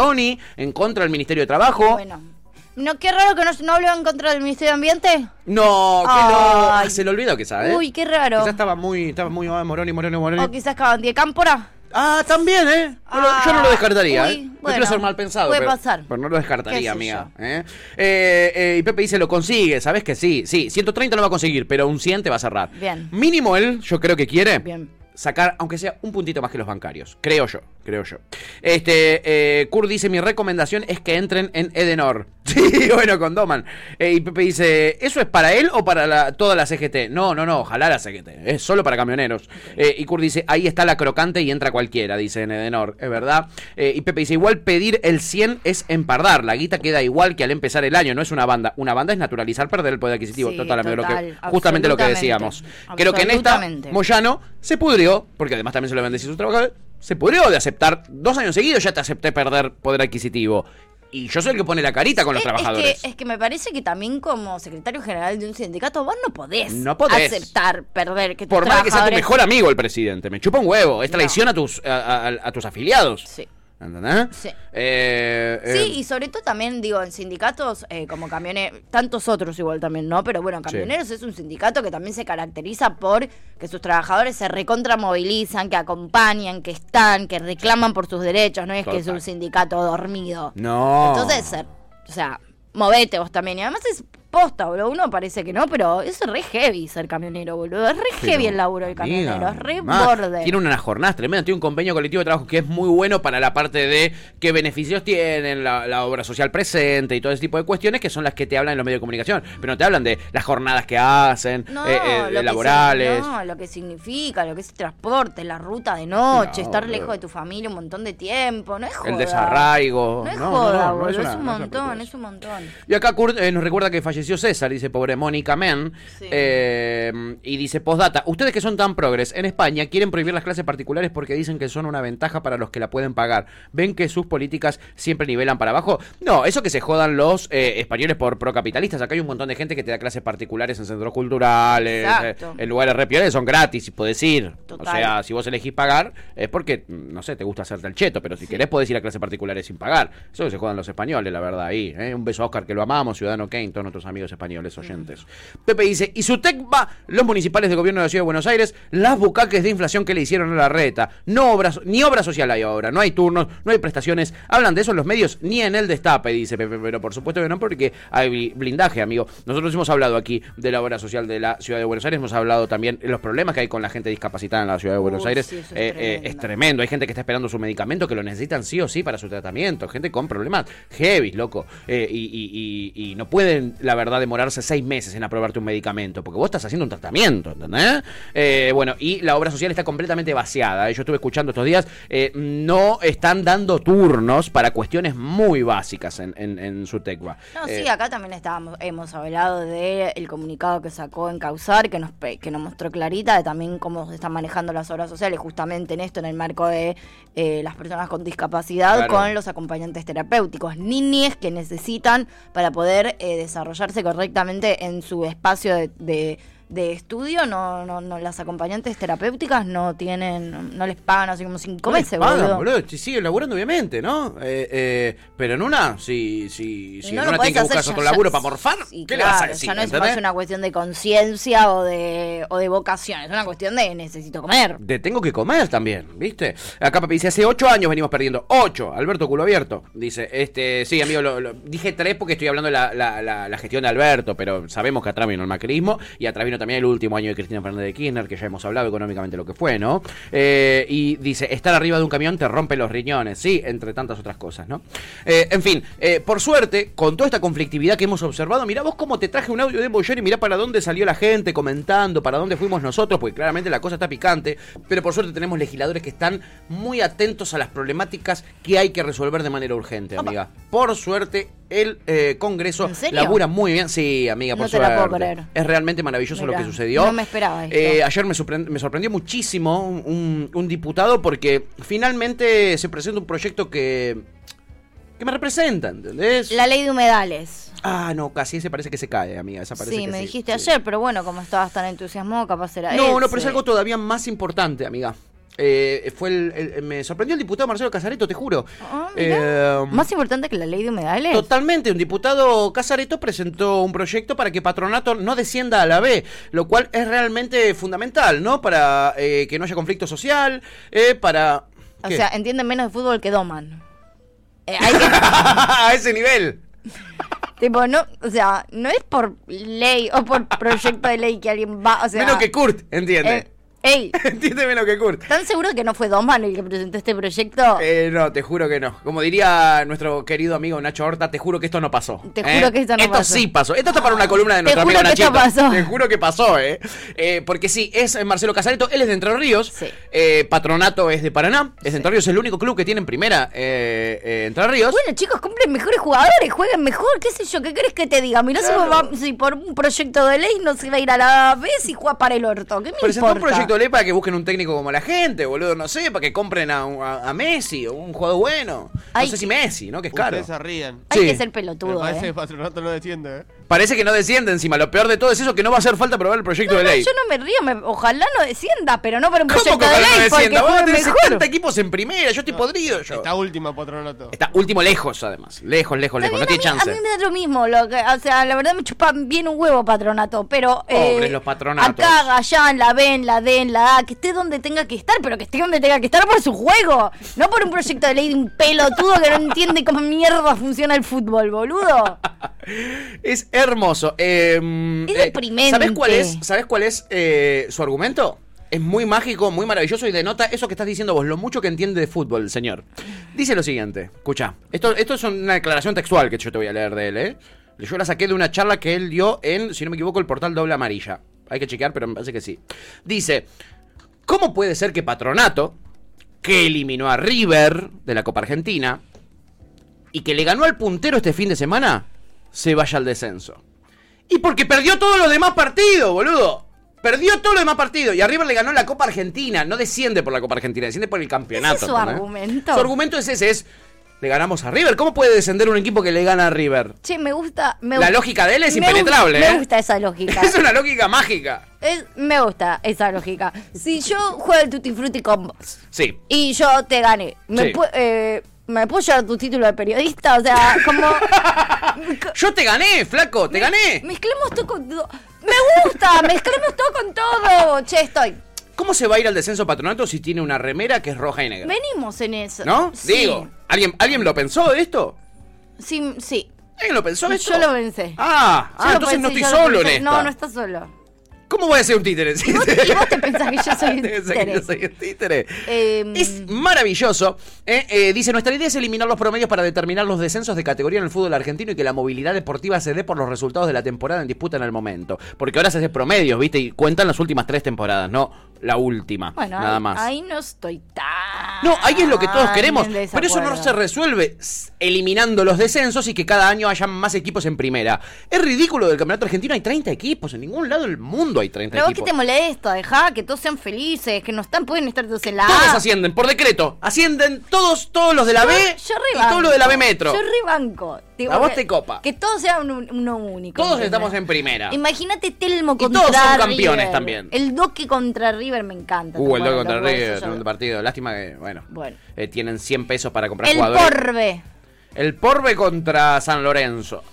Speaker 2: en contra del Ministerio de Trabajo.
Speaker 3: No, qué raro que no, no habló en contra del Ministerio de Ambiente.
Speaker 2: No, que
Speaker 3: Ay.
Speaker 2: no. Se le olvidó que sabe. ¿eh?
Speaker 3: Uy, qué raro.
Speaker 2: Quizás estaba muy, estaba muy ah, Moroni, Moroni, Moroni.
Speaker 3: O quizás acaban de Cámpora.
Speaker 2: Ah, también, ¿eh? No lo- yo no lo descartaría,
Speaker 3: Ah, uy,
Speaker 2: ¿eh? no
Speaker 3: bueno,
Speaker 2: quiero ser mal pensado.
Speaker 3: puede
Speaker 2: pero,
Speaker 3: pasar.
Speaker 2: Pero no lo
Speaker 3: ¿Qué sé
Speaker 2: descartaría, amiga. ¿eh? Eh, eh, y Pepe dice, lo consigue, ¿sabes que sí? Sí, 130 no va a conseguir, pero un 100 te va a cerrar.
Speaker 3: Bien.
Speaker 2: Mínimo él, yo creo que quiere.
Speaker 3: Bien.
Speaker 2: Sacar, aunque sea un puntito más que los bancarios. Creo yo, creo yo. Este, eh, Kurt dice: Mi recomendación es que entren en Edenor. Sí, bueno, con Doman. Eh, y Pepe dice: ¿Eso es para él o para la- toda la CGT? No, no, no, ojalá la CGT. eh, Es solo para camioneros. Eh, y Kurt dice: Ahí está la crocante y entra cualquiera, dice en Edenor. Es verdad. Eh, y Pepe dice: Igual pedir el 100 es empardar. La guita queda igual que al empezar el año. No es una banda. Una banda es naturalizar perder el poder adquisitivo.
Speaker 3: Sí,
Speaker 2: total, amigo, lo que-
Speaker 3: total,
Speaker 2: justamente lo que
Speaker 3: absolutamente.
Speaker 2: decíamos. Creo que en esta,
Speaker 3: Absolutamente.
Speaker 2: Moyano se pudrió, porque además también se lo bendeció a sus trabajadores, se pudrió de aceptar dos años seguidos, ya te acepté perder poder adquisitivo. Y yo soy el que pone la carita con los
Speaker 3: Eh,
Speaker 2: trabajadores.
Speaker 3: Es que, es que me parece que también como secretario general de un sindicato vos no podés,
Speaker 2: No podés.
Speaker 3: aceptar perder que tus
Speaker 2: Por más que sea tu
Speaker 3: trabajadores-
Speaker 2: mejor amigo el presidente, me chupa un huevo, es traición a, tus, a, a- a tus afiliados.
Speaker 3: Sí.
Speaker 2: ¿Entendés?
Speaker 3: Sí.
Speaker 2: Eh, eh,
Speaker 3: Sí, y sobre todo también, digo, en sindicatos, eh, como camioneros, tantos otros igual también, ¿no? Pero bueno, camioneros es un sindicato que también se caracteriza por que sus trabajadores se recontramovilizan, que acompañan, que están, que reclaman por sus derechos, no es que es
Speaker 2: Total.
Speaker 3: un sindicato dormido.
Speaker 2: No.
Speaker 3: Entonces, eh, o sea, movete vos también. Y además es posta, boludo. Uno parece que no, pero es re heavy ser camionero, boludo. Es re
Speaker 2: Pero,
Speaker 3: heavy el laburo del
Speaker 2: amiga,
Speaker 3: camionero, es re
Speaker 2: ma,
Speaker 3: borde.
Speaker 2: Tiene unas jornadas tremendas, tiene un convenio colectivo de trabajo que es muy bueno para la parte de qué beneficios tienen, la, la obra social presente y todo ese tipo de cuestiones que son las que te hablan en los medios de comunicación. Pero no te hablan de las jornadas que hacen,
Speaker 3: No,
Speaker 2: eh, eh,
Speaker 3: lo que
Speaker 2: laborales.
Speaker 3: signi- no, lo que significa, lo que es transporte, la ruta de noche,
Speaker 2: No,
Speaker 3: estar
Speaker 2: boludo.
Speaker 3: lejos de tu familia un montón de tiempo, no es joda.
Speaker 2: El desarraigo.
Speaker 3: No es
Speaker 2: No, no,
Speaker 3: joda,
Speaker 2: no, no
Speaker 3: boludo,
Speaker 2: es
Speaker 3: es,
Speaker 2: una-
Speaker 3: un
Speaker 2: no es una
Speaker 3: montón, es un montón.
Speaker 2: Y acá Kurt eh, nos recuerda que falleció César, dice pobre Mónica Men. Eh, y dice postdata, ustedes que son tan progres en España quieren prohibir las clases particulares porque dicen que son una ventaja para los que la pueden pagar. ¿Ven que sus políticas siempre nivelan para abajo? No, eso que se jodan los eh, españoles por procapitalistas. Acá hay un montón de gente que te da clases particulares en centros culturales, eh,
Speaker 3: Exacto.
Speaker 2: en lugares re peores, son gratis, si podés ir. O
Speaker 3: Total.
Speaker 2: sea, Ah, si vos elegís pagar, es porque, mm, no sé, te gusta hacerte el cheto, pero si querés podés ir a clases particulares sin pagar. Eso que se juegan los españoles, la verdad, ahí. ¿eh? Un beso a Oscar, que lo amamos, Ciudadano Kane, todos nuestros amigos españoles oyentes. Pepe dice, y su va, los municipales del gobierno de la Ciudad de Buenos Aires, las bucaques de inflación que le hicieron a la reta. No obras, ni obra social hay ahora, no hay turnos, no hay prestaciones. Hablan de eso en los medios, ni en el destape, dice Pepe, pero por supuesto que no, porque hay bli- blindaje, amigo. Nosotros hemos hablado aquí de la obra social de la Ciudad de Buenos Aires, hemos hablado también de los problemas que hay con la gente discapacitada en la Ciudad de Buenos
Speaker 3: Uy,
Speaker 2: Aires.
Speaker 3: sí, eso es
Speaker 2: Eh, eh, es tremendo, hay gente que está esperando su medicamento, que lo necesitan sí o sí para su tratamiento, gente con problemas heavy, loco, Eh, y, y- y- y no pueden, la verdad demorarse seis meses en aprobarte un medicamento, porque vos estás haciendo un tratamiento, ¿entendés? Eh, bueno, y la obra social está completamente vaciada. Eh, Yo estuve escuchando estos días, eh, no están dando turnos para cuestiones muy básicas en, en, en su tecua.
Speaker 3: No,
Speaker 2: Eh,
Speaker 3: sí, acá también estábamos, hemos hablado del el comunicado que sacó en Causar, que nos, pe- que nos mostró clarita de también cómo se están manejando las obras sociales, justamente en esto, en el marco de eh, las personas con discapacidad,
Speaker 2: Claro.
Speaker 3: con los acompañantes terapéuticos, niñes que necesitan para poder eh, desarrollarse correctamente en su espacio de... de- de estudio, no, no, no, las acompañantes terapéuticas no tienen, no, no les pagan así como cinco
Speaker 2: No les
Speaker 3: meses,
Speaker 2: pagan,
Speaker 3: boludo.
Speaker 2: boludo. Si siguen laburando, obviamente, ¿no? Eh, eh, pero en una, si, si, si
Speaker 3: no
Speaker 2: en
Speaker 3: lo
Speaker 2: una tienen
Speaker 3: podés
Speaker 2: que
Speaker 3: hacer
Speaker 2: buscar
Speaker 3: ya-
Speaker 2: otro
Speaker 3: ya-
Speaker 2: laburo para morfar,
Speaker 3: Sí,
Speaker 2: ¿qué
Speaker 3: claro,
Speaker 2: le vas a decir?
Speaker 3: Ya no es
Speaker 2: ¿entendés?
Speaker 3: más una cuestión de conciencia o de, o de vocación, es una cuestión de necesito comer.
Speaker 2: De tengo que comer también, ¿viste? Acá papi dice, hace ocho años venimos perdiendo. Ocho, Alberto culo abierto. Dice, este, sí, amigo, lo, lo- dije tres porque estoy hablando de la, la- la- la gestión de Alberto, pero sabemos que atrás vino el macrismo y atrás vino también el último año de Cristina Fernández de Kirchner, que ya hemos hablado económicamente lo que fue, ¿no? Eh, y dice, estar arriba de un camión te rompe los riñones, sí, entre tantas otras cosas, ¿no? Eh, en fin, eh, por suerte, con toda esta conflictividad que hemos observado, mirá vos cómo te traje un audio de Boyer y mirá para dónde salió la gente comentando, para dónde fuimos nosotros, porque claramente la cosa está picante, pero por suerte tenemos legisladores que están muy atentos a las problemáticas que hay que resolver de manera urgente, amiga. Por suerte, el eh, Congreso
Speaker 3: ¿En serio?
Speaker 2: labura muy bien. Sí, amiga,
Speaker 3: No
Speaker 2: por
Speaker 3: te la
Speaker 2: suerte.
Speaker 3: puedo creer.
Speaker 2: Es realmente maravilloso
Speaker 3: Mirá,
Speaker 2: lo que sucedió.
Speaker 3: no me esperaba esto.
Speaker 2: Eh, ayer me, sorpren- me sorprendió muchísimo un- un- un diputado porque finalmente se presenta un proyecto que que me representa, ¿entendés?
Speaker 3: La ley de humedales.
Speaker 2: Ah, no, casi ese parece que se cae, amiga. Esa parece
Speaker 3: Sí,
Speaker 2: que
Speaker 3: me
Speaker 2: sí,
Speaker 3: dijiste
Speaker 2: sí.
Speaker 3: ayer, pero bueno, como estabas tan entusiasmado, capaz era
Speaker 2: No, no,
Speaker 3: ese.
Speaker 2: pero es algo todavía más importante, amiga. Eh, fue el, el- me sorprendió el diputado Marcelo Casareto, te juro.
Speaker 3: Ah, mirá.
Speaker 2: Eh,
Speaker 3: ¿Más importante que la ley de humedales?
Speaker 2: Totalmente, un diputado Casareto presentó un proyecto para que patronato no descienda a la B, lo cual es realmente fundamental, ¿no? Para eh, que no haya conflicto social, eh, para...
Speaker 3: o
Speaker 2: ¿qué?
Speaker 3: sea, entienden menos de fútbol que Doman. Eh,
Speaker 2: a ese nivel.
Speaker 3: Tipo, no, o sea, no es por ley o por proyecto de ley que alguien va, o sea...
Speaker 2: menos que Kurt, entiende.
Speaker 3: eh, ey,
Speaker 2: Entiende menos que Kurt.
Speaker 3: ¿están seguros que no fue Doman el que presentó este proyecto?
Speaker 2: Eh, no, te juro que no. Como diría nuestro querido amigo Nacho Horta, te juro que esto no pasó.
Speaker 3: Te
Speaker 2: ¿eh?
Speaker 3: juro que esto no pasó. Ah,
Speaker 2: sí pasó. Esto está para una columna de
Speaker 3: Te
Speaker 2: nuestro
Speaker 3: juro
Speaker 2: amigo
Speaker 3: que esto
Speaker 2: Nachito.
Speaker 3: pasó.
Speaker 2: Te juro que pasó, ¿eh? Eh, Porque sí, es eh, Marcelo Casareto, él es de Entre Ríos. Eh, patronato es de Paraná. Es de Entre Ríos, es el único club que tiene en primera eh, eh, Entre Ríos.
Speaker 3: Bueno, chicos, compren mejores jugadores, jueguen mejor, qué sé yo, ¿qué crees que te diga? Mirá si
Speaker 2: Claro.
Speaker 3: va- si, por un proyecto de ley no se va a ir a la B si juega para el orto. ¿Qué me
Speaker 2: Presentó
Speaker 3: importa?
Speaker 2: un proyecto de ley para que busquen un técnico como la gente, boludo, no sé, para que compren a, un- a- a Messi, o un jugador bueno. No
Speaker 3: Ay,
Speaker 2: sé si Messi, ¿no? Que es caro.
Speaker 10: Ustedes se ríen.
Speaker 3: Hay
Speaker 2: Sí.
Speaker 3: que ser
Speaker 10: Pero
Speaker 3: pelotudo.
Speaker 10: parece que
Speaker 3: eh.
Speaker 10: el patronato no desciende, ¿eh?
Speaker 2: Parece que no desciende encima. Lo peor de todo es eso, que no va a hacer falta aprobar el proyecto
Speaker 3: No,
Speaker 2: de
Speaker 3: no,
Speaker 2: ley.
Speaker 3: yo no me río, me- ojalá no descienda, pero no por un
Speaker 2: ¿Cómo
Speaker 3: proyecto
Speaker 2: que
Speaker 3: de
Speaker 2: ojalá no
Speaker 3: ley, porque
Speaker 2: descienda? Vos
Speaker 3: jueguen
Speaker 2: tenés
Speaker 3: mejor.
Speaker 2: 70 equipos en primera, yo estoy podrido yo.
Speaker 10: Está última patronato.
Speaker 2: Está último lejos, además. Lejos, lejos, lejos. No tiene
Speaker 3: A mí
Speaker 2: chance.
Speaker 3: me da lo mismo, lo que, o sea, la verdad me chupan bien un huevo patronato, pero... eh,
Speaker 2: Pobres los patronatos.
Speaker 3: Acá, allá, en la B, en la D, en la A, que esté donde tenga que estar, pero que esté donde tenga que estar por su juego, no por un proyecto de ley de un pelotudo que no entiende cómo mierda funciona el fútbol, boludo.
Speaker 2: Es hermoso. Eh,
Speaker 3: Es
Speaker 2: eh,
Speaker 3: deprimente.
Speaker 2: ¿Sabes cuál es, ¿sabes cuál es eh, su argumento? Es muy mágico, muy maravilloso y denota eso que estás diciendo vos, lo mucho que entiende de fútbol el señor. Dice lo siguiente, escucha, esto, esto es una declaración textual que yo te voy a leer de él, ¿eh? Yo la saqué de una charla que él dio en, si no me equivoco, el portal Doble Amarilla. Hay que chequear, pero me parece que sí. Dice, ¿cómo puede ser que Patronato, que eliminó a River de la Copa Argentina y que le ganó al puntero este fin de semana, se vaya al descenso. Y porque perdió todos los demás partidos, boludo. Perdió todos los demás partidos. Y a River le ganó la Copa Argentina. No desciende por la Copa Argentina, desciende por el campeonato.
Speaker 3: ¿Ese es su
Speaker 2: ¿entendés?
Speaker 3: argumento?
Speaker 2: Su argumento es ese, es... Le ganamos a River. ¿Cómo puede descender un equipo que le gana a River?
Speaker 3: Che, me gusta... Me
Speaker 2: La
Speaker 3: gu-
Speaker 2: lógica de él es
Speaker 3: me gu-
Speaker 2: impenetrable,
Speaker 3: Me
Speaker 2: ¿eh?
Speaker 3: gusta esa lógica.
Speaker 2: Es una lógica mágica.
Speaker 3: Es- me gusta esa lógica. Si yo juego el Tutti Frutti con vos,
Speaker 2: Sí.
Speaker 3: y yo te gané. ¿Me,
Speaker 2: Sí.
Speaker 3: pu- eh, ¿me puedo llevar tu título de periodista? O sea, como.
Speaker 2: Yo te gané, flaco, te gané.
Speaker 3: Mezclemos todo con todo. ¡Me gusta! ¡Mezclemos todo con todo! Che, estoy.
Speaker 2: ¿Cómo se va a ir al descenso patronato si tiene una remera que es roja y negra?
Speaker 3: Venimos en eso.
Speaker 2: ¿No?
Speaker 3: Sí.
Speaker 2: Digo, ¿alguien, ¿alguien lo pensó de esto?
Speaker 3: Sí, sí.
Speaker 2: ¿Alguien lo pensó de esto?
Speaker 3: Yo lo pensé.
Speaker 2: Ah,
Speaker 3: Yo
Speaker 2: ah
Speaker 3: lo
Speaker 2: entonces no
Speaker 3: pensé,
Speaker 2: estoy
Speaker 3: yo lo
Speaker 2: solo en
Speaker 3: pensé.
Speaker 2: esta.
Speaker 3: No, no estás solo.
Speaker 2: ¿Cómo voy a ser un títere?
Speaker 3: ¿Y vos, y vos te pensás que yo soy un
Speaker 2: Te pensás que
Speaker 3: títere?
Speaker 2: yo soy un títere.
Speaker 3: Eh,
Speaker 2: Es maravilloso. Eh, eh, dice, nuestra idea es eliminar los promedios para determinar los descensos de categoría en el fútbol argentino y que la movilidad deportiva se dé por los resultados de la temporada en disputa en el momento. Porque ahora se hace promedios, ¿viste? Y cuentan las últimas tres temporadas, no la última.
Speaker 3: Bueno,
Speaker 2: nada
Speaker 3: ahí,
Speaker 2: más.
Speaker 3: ahí no estoy tan.
Speaker 2: No, ahí es lo que todos queremos.
Speaker 3: en
Speaker 2: Pero eso no
Speaker 3: Ah, desacuerdo.
Speaker 2: se resuelve s- eliminando los descensos y que cada año haya más equipos en primera. Es ridículo del campeonato argentino, hay 30 equipos. En ningún lado del mundo hay 30
Speaker 3: Pero vos que
Speaker 2: equipos.
Speaker 3: te molesta, dejá que todos sean felices, que no están, pueden estar todos en la
Speaker 2: Todos
Speaker 3: A.
Speaker 2: ascienden, por decreto. Ascienden todos, todos los de la B
Speaker 3: Yo
Speaker 2: y
Speaker 3: rebanco.
Speaker 2: todos los de la B Metro.
Speaker 3: Yo rebanco. Digo,
Speaker 2: A vos
Speaker 3: que-
Speaker 2: te copa.
Speaker 3: Que todos sean un- uno único.
Speaker 2: Todos
Speaker 3: ¿entendés?
Speaker 2: estamos en primera.
Speaker 3: Imagínate Telmo
Speaker 2: Y todos
Speaker 3: contra
Speaker 2: son campeones
Speaker 3: River.
Speaker 2: también.
Speaker 3: El Doque contra River me encanta.
Speaker 2: Uh, el
Speaker 3: Bueno,
Speaker 2: doble contra
Speaker 3: lo puedo
Speaker 2: River,
Speaker 3: decir yo.
Speaker 2: tremendo partido. Lástima que, bueno,
Speaker 3: Bueno.
Speaker 2: eh, tienen 100 pesos para comprar
Speaker 3: El
Speaker 2: jugadores.
Speaker 3: Porbe.
Speaker 2: El Porbe contra San Lorenzo.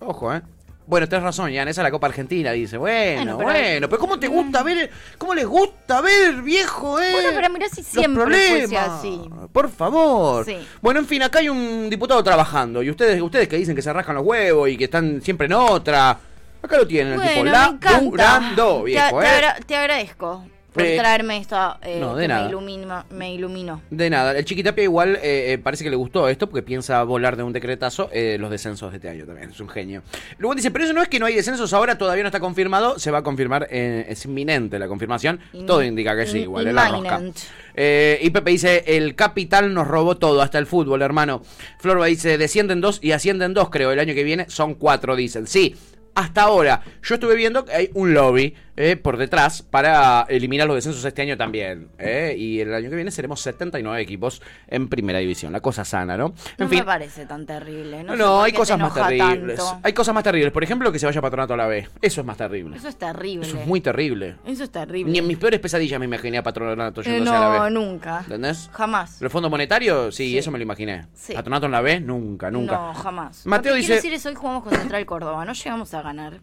Speaker 2: Ojo, ¿eh? Bueno, tenés razón, Ian, esa es la Copa Argentina, dice. Bueno,
Speaker 3: Bueno, pero-
Speaker 2: bueno, pero ¿cómo te gusta ver, cómo les gusta ver, viejo, eh?
Speaker 3: Bueno, pero mirá si
Speaker 2: Los
Speaker 3: siempre fuese
Speaker 2: problemas.
Speaker 3: así.
Speaker 2: Por favor.
Speaker 3: Sí.
Speaker 2: Bueno, en fin, acá hay un diputado trabajando. Y ustedes, ustedes que dicen que se rascan los huevos y que están siempre en otra. Acá lo tienen, el
Speaker 3: Bueno,
Speaker 2: tipo
Speaker 3: me encanta.
Speaker 2: laburando,
Speaker 3: Te a-
Speaker 2: viejo,
Speaker 3: te,
Speaker 2: eh.
Speaker 3: agra- te agradezco por
Speaker 2: Eh,
Speaker 3: traerme esto eh,
Speaker 2: no, de
Speaker 3: que
Speaker 2: nada.
Speaker 3: Me, ilumina- me iluminó.
Speaker 2: De nada, el Chiquitapia igual eh, eh, parece que le gustó esto porque piensa volar de un decretazo eh, los descensos de este año también, es un genio. Luego dice, pero eso no es que no hay descensos ahora, todavía no está confirmado, se va a confirmar, eh, es inminente la confirmación,
Speaker 3: In-
Speaker 2: todo indica que sí,
Speaker 3: in-
Speaker 2: igual, es la rosca.
Speaker 3: imminent.
Speaker 2: Eh, y Pepe dice, el capital nos robó todo, hasta el fútbol, hermano. Florba dice, descienden dos y ascienden dos, creo, el año que viene son cuatro, dicen, sí. Hasta ahora, yo estuve viendo que hay un lobby eh, por detrás para eliminar los descensos este año también. eh, y el año que viene seremos 79 equipos en primera división. La cosa sana, ¿no? En
Speaker 3: no
Speaker 2: fin.
Speaker 3: me parece tan terrible. No,
Speaker 2: No,
Speaker 3: sé
Speaker 2: hay
Speaker 3: por qué te
Speaker 2: cosas más
Speaker 3: enoja
Speaker 2: terribles.
Speaker 3: tanto.
Speaker 2: Hay cosas más terribles. Por ejemplo, que se vaya patronato a la B. Eso es más terrible.
Speaker 3: Eso es terrible.
Speaker 2: Eso es muy terrible.
Speaker 3: Eso es
Speaker 2: Ni
Speaker 3: terrible.
Speaker 2: en mis peores pesadillas me imaginé a patronato
Speaker 3: Eh,
Speaker 2: yéndose a la
Speaker 3: no,
Speaker 2: B.
Speaker 3: nunca.
Speaker 2: ¿Entendés?
Speaker 3: Jamás.
Speaker 2: ¿Los fondos monetarios? Sí, eso me lo imaginé.
Speaker 3: Sí.
Speaker 2: Patronato en la B, nunca, nunca.
Speaker 3: No, jamás.
Speaker 2: Mateo
Speaker 3: Lo que
Speaker 2: dice-
Speaker 3: Quiero decir es, hoy jugamos con Central Córdoba. No llegamos a ganar.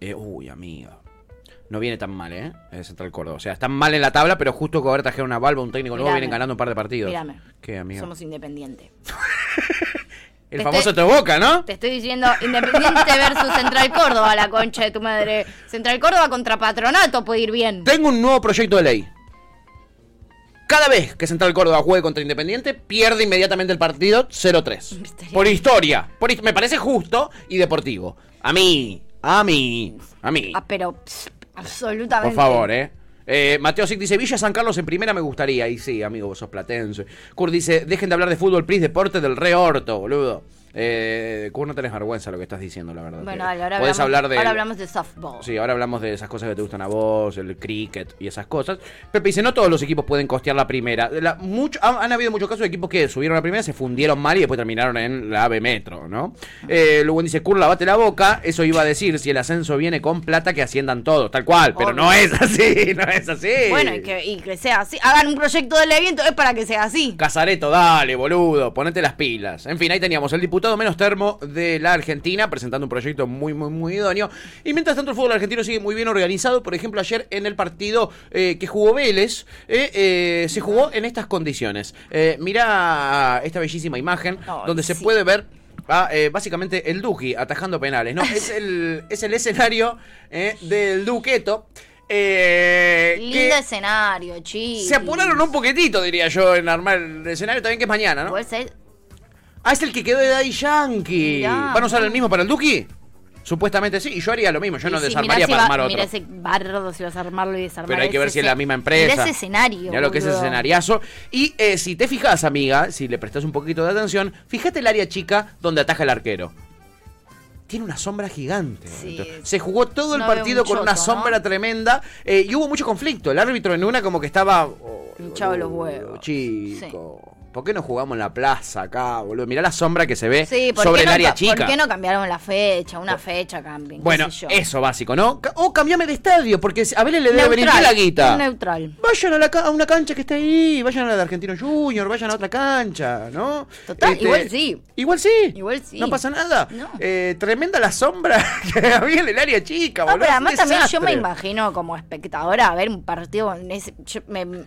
Speaker 2: Eh, uy, amiga. No viene tan mal, ¿eh? El Central Córdoba. O sea, están mal en la tabla, pero justo que ahora trajeron una valva, un técnico nuevo,
Speaker 3: Mirame.
Speaker 2: vienen ganando un par de partidos.
Speaker 3: Mírame.
Speaker 2: ¿Qué, amigo?
Speaker 3: Somos independiente.
Speaker 2: El
Speaker 3: Te
Speaker 2: famoso
Speaker 3: estoy-
Speaker 2: Toboca, ¿no?
Speaker 3: Te estoy diciendo Independiente versus Central Córdoba, la concha de tu madre. Central Córdoba contra Patronato puede ir bien.
Speaker 2: Tengo un nuevo proyecto de ley. Cada vez que Central Córdoba juegue contra Independiente, pierde inmediatamente el partido 0-3. Por historia. Por his- me parece justo y deportivo. A mí. A mí. A mí.
Speaker 3: Ah, pero pss, absolutamente.
Speaker 2: Por favor, ¿eh? Eh, Mateo Sic dice, Villa San Carlos en primera me gustaría. Y sí, amigo, vos sos platense. Kurt dice, dejen de hablar de fútbol, please, deporte del re orto, boludo. Eh, Kurt, no tenés vergüenza lo que estás diciendo, la verdad.
Speaker 3: Bueno,
Speaker 2: Que
Speaker 3: dale, ahora,
Speaker 2: podés
Speaker 3: hablamos,
Speaker 2: hablar de...
Speaker 3: ahora hablamos de softball.
Speaker 2: Sí, ahora hablamos de esas cosas que te gustan a vos, el cricket y esas cosas. Pepe dice, no todos los equipos pueden costear la primera. La- mucho- han, han habido muchos casos de equipos que subieron a la primera, se fundieron mal y después terminaron en la AB Metro, ¿no?
Speaker 3: Ah.
Speaker 2: Eh, luego dice, Curla, bate la boca. Eso iba a decir, si el ascenso viene con plata, que asciendan todos, tal cual. Pero no es así, no es así.
Speaker 3: Bueno, y que, y que sea así. Hagan un proyecto de ley, entonces para que sea así.
Speaker 2: Casareto, dale, boludo, ponete las pilas. En fin, ahí teníamos el diputado menos termo de la Argentina presentando un proyecto muy, muy, muy idóneo. Y mientras tanto, el fútbol argentino sigue muy bien organizado. Por ejemplo, ayer en el partido eh, que jugó Vélez, eh, eh, se jugó en estas condiciones. Eh, mirá esta bellísima imagen
Speaker 3: Ay,
Speaker 2: donde se
Speaker 3: sí.
Speaker 2: puede ver. a, eh, básicamente el Duki atajando penales, ¿no? Es el, es el escenario eh, del Duqueto. eh,
Speaker 3: Lindo
Speaker 2: que-
Speaker 3: escenario, chicos.
Speaker 2: se apuraron un poquitito, diría yo, en armar el escenario también que es mañana, ¿no?
Speaker 3: Puede ser-
Speaker 2: Ah, es el que quedó de Daddy Yankee.
Speaker 3: Mirá.
Speaker 2: ¿Van a usar el mismo para el Duki? Supuestamente sí, y yo haría lo mismo, yo
Speaker 3: y
Speaker 2: no
Speaker 3: sí,
Speaker 2: desarmaría
Speaker 3: mirá si
Speaker 2: para
Speaker 3: va-
Speaker 2: armar otro.
Speaker 3: Mirá ese bardo si vas a armarlo y desarmarlo.
Speaker 2: Pero hay que ver si es la misma empresa.
Speaker 3: Mirá ese escenario.
Speaker 2: Mirá lo que es el
Speaker 3: boludo.
Speaker 2: escenariazo. Y eh, si te fijas, amiga, si le prestas un poquito de atención, fíjate el área chica donde ataja el arquero. Tiene una sombra gigante. adentro. Se jugó todo el
Speaker 3: No veo
Speaker 2: partido
Speaker 3: un
Speaker 2: con una
Speaker 3: choto,
Speaker 2: sombra tremenda eh, y hubo mucho conflicto. El árbitro en una como que estaba... "Oh,
Speaker 3: Hinchado los
Speaker 2: boludo,
Speaker 3: huevos".
Speaker 2: Chico. ¿Por qué no jugamos en la plaza acá, boludo? Mirá la sombra que se ve
Speaker 3: Sí, ¿por
Speaker 2: sobre
Speaker 3: qué
Speaker 2: el
Speaker 3: no
Speaker 2: área
Speaker 3: ca-
Speaker 2: chica.
Speaker 3: ¿Por qué no cambiaron la fecha? Una fecha cambien. qué
Speaker 2: Bueno,
Speaker 3: sé yo.
Speaker 2: eso básico, ¿no? Ca- O cambiame de estadio, porque a Vélez le debe venir bien
Speaker 3: Neutral,
Speaker 2: la guita.
Speaker 3: Neutral.
Speaker 2: Vayan a, la ca- a una cancha que esté ahí, vayan a la de Argentino Junior, vayan a otra cancha, ¿no? Este,
Speaker 3: Total, igual sí.
Speaker 2: Igual sí.
Speaker 3: Igual sí.
Speaker 2: No pasa nada.
Speaker 3: No.
Speaker 2: Eh, tremenda la sombra que había en el área chica,
Speaker 3: No,
Speaker 2: boludo.
Speaker 3: pero
Speaker 2: es un
Speaker 3: además también yo me
Speaker 2: desastre.
Speaker 3: imagino como espectadora a ver un partido con ese- yo me, mm,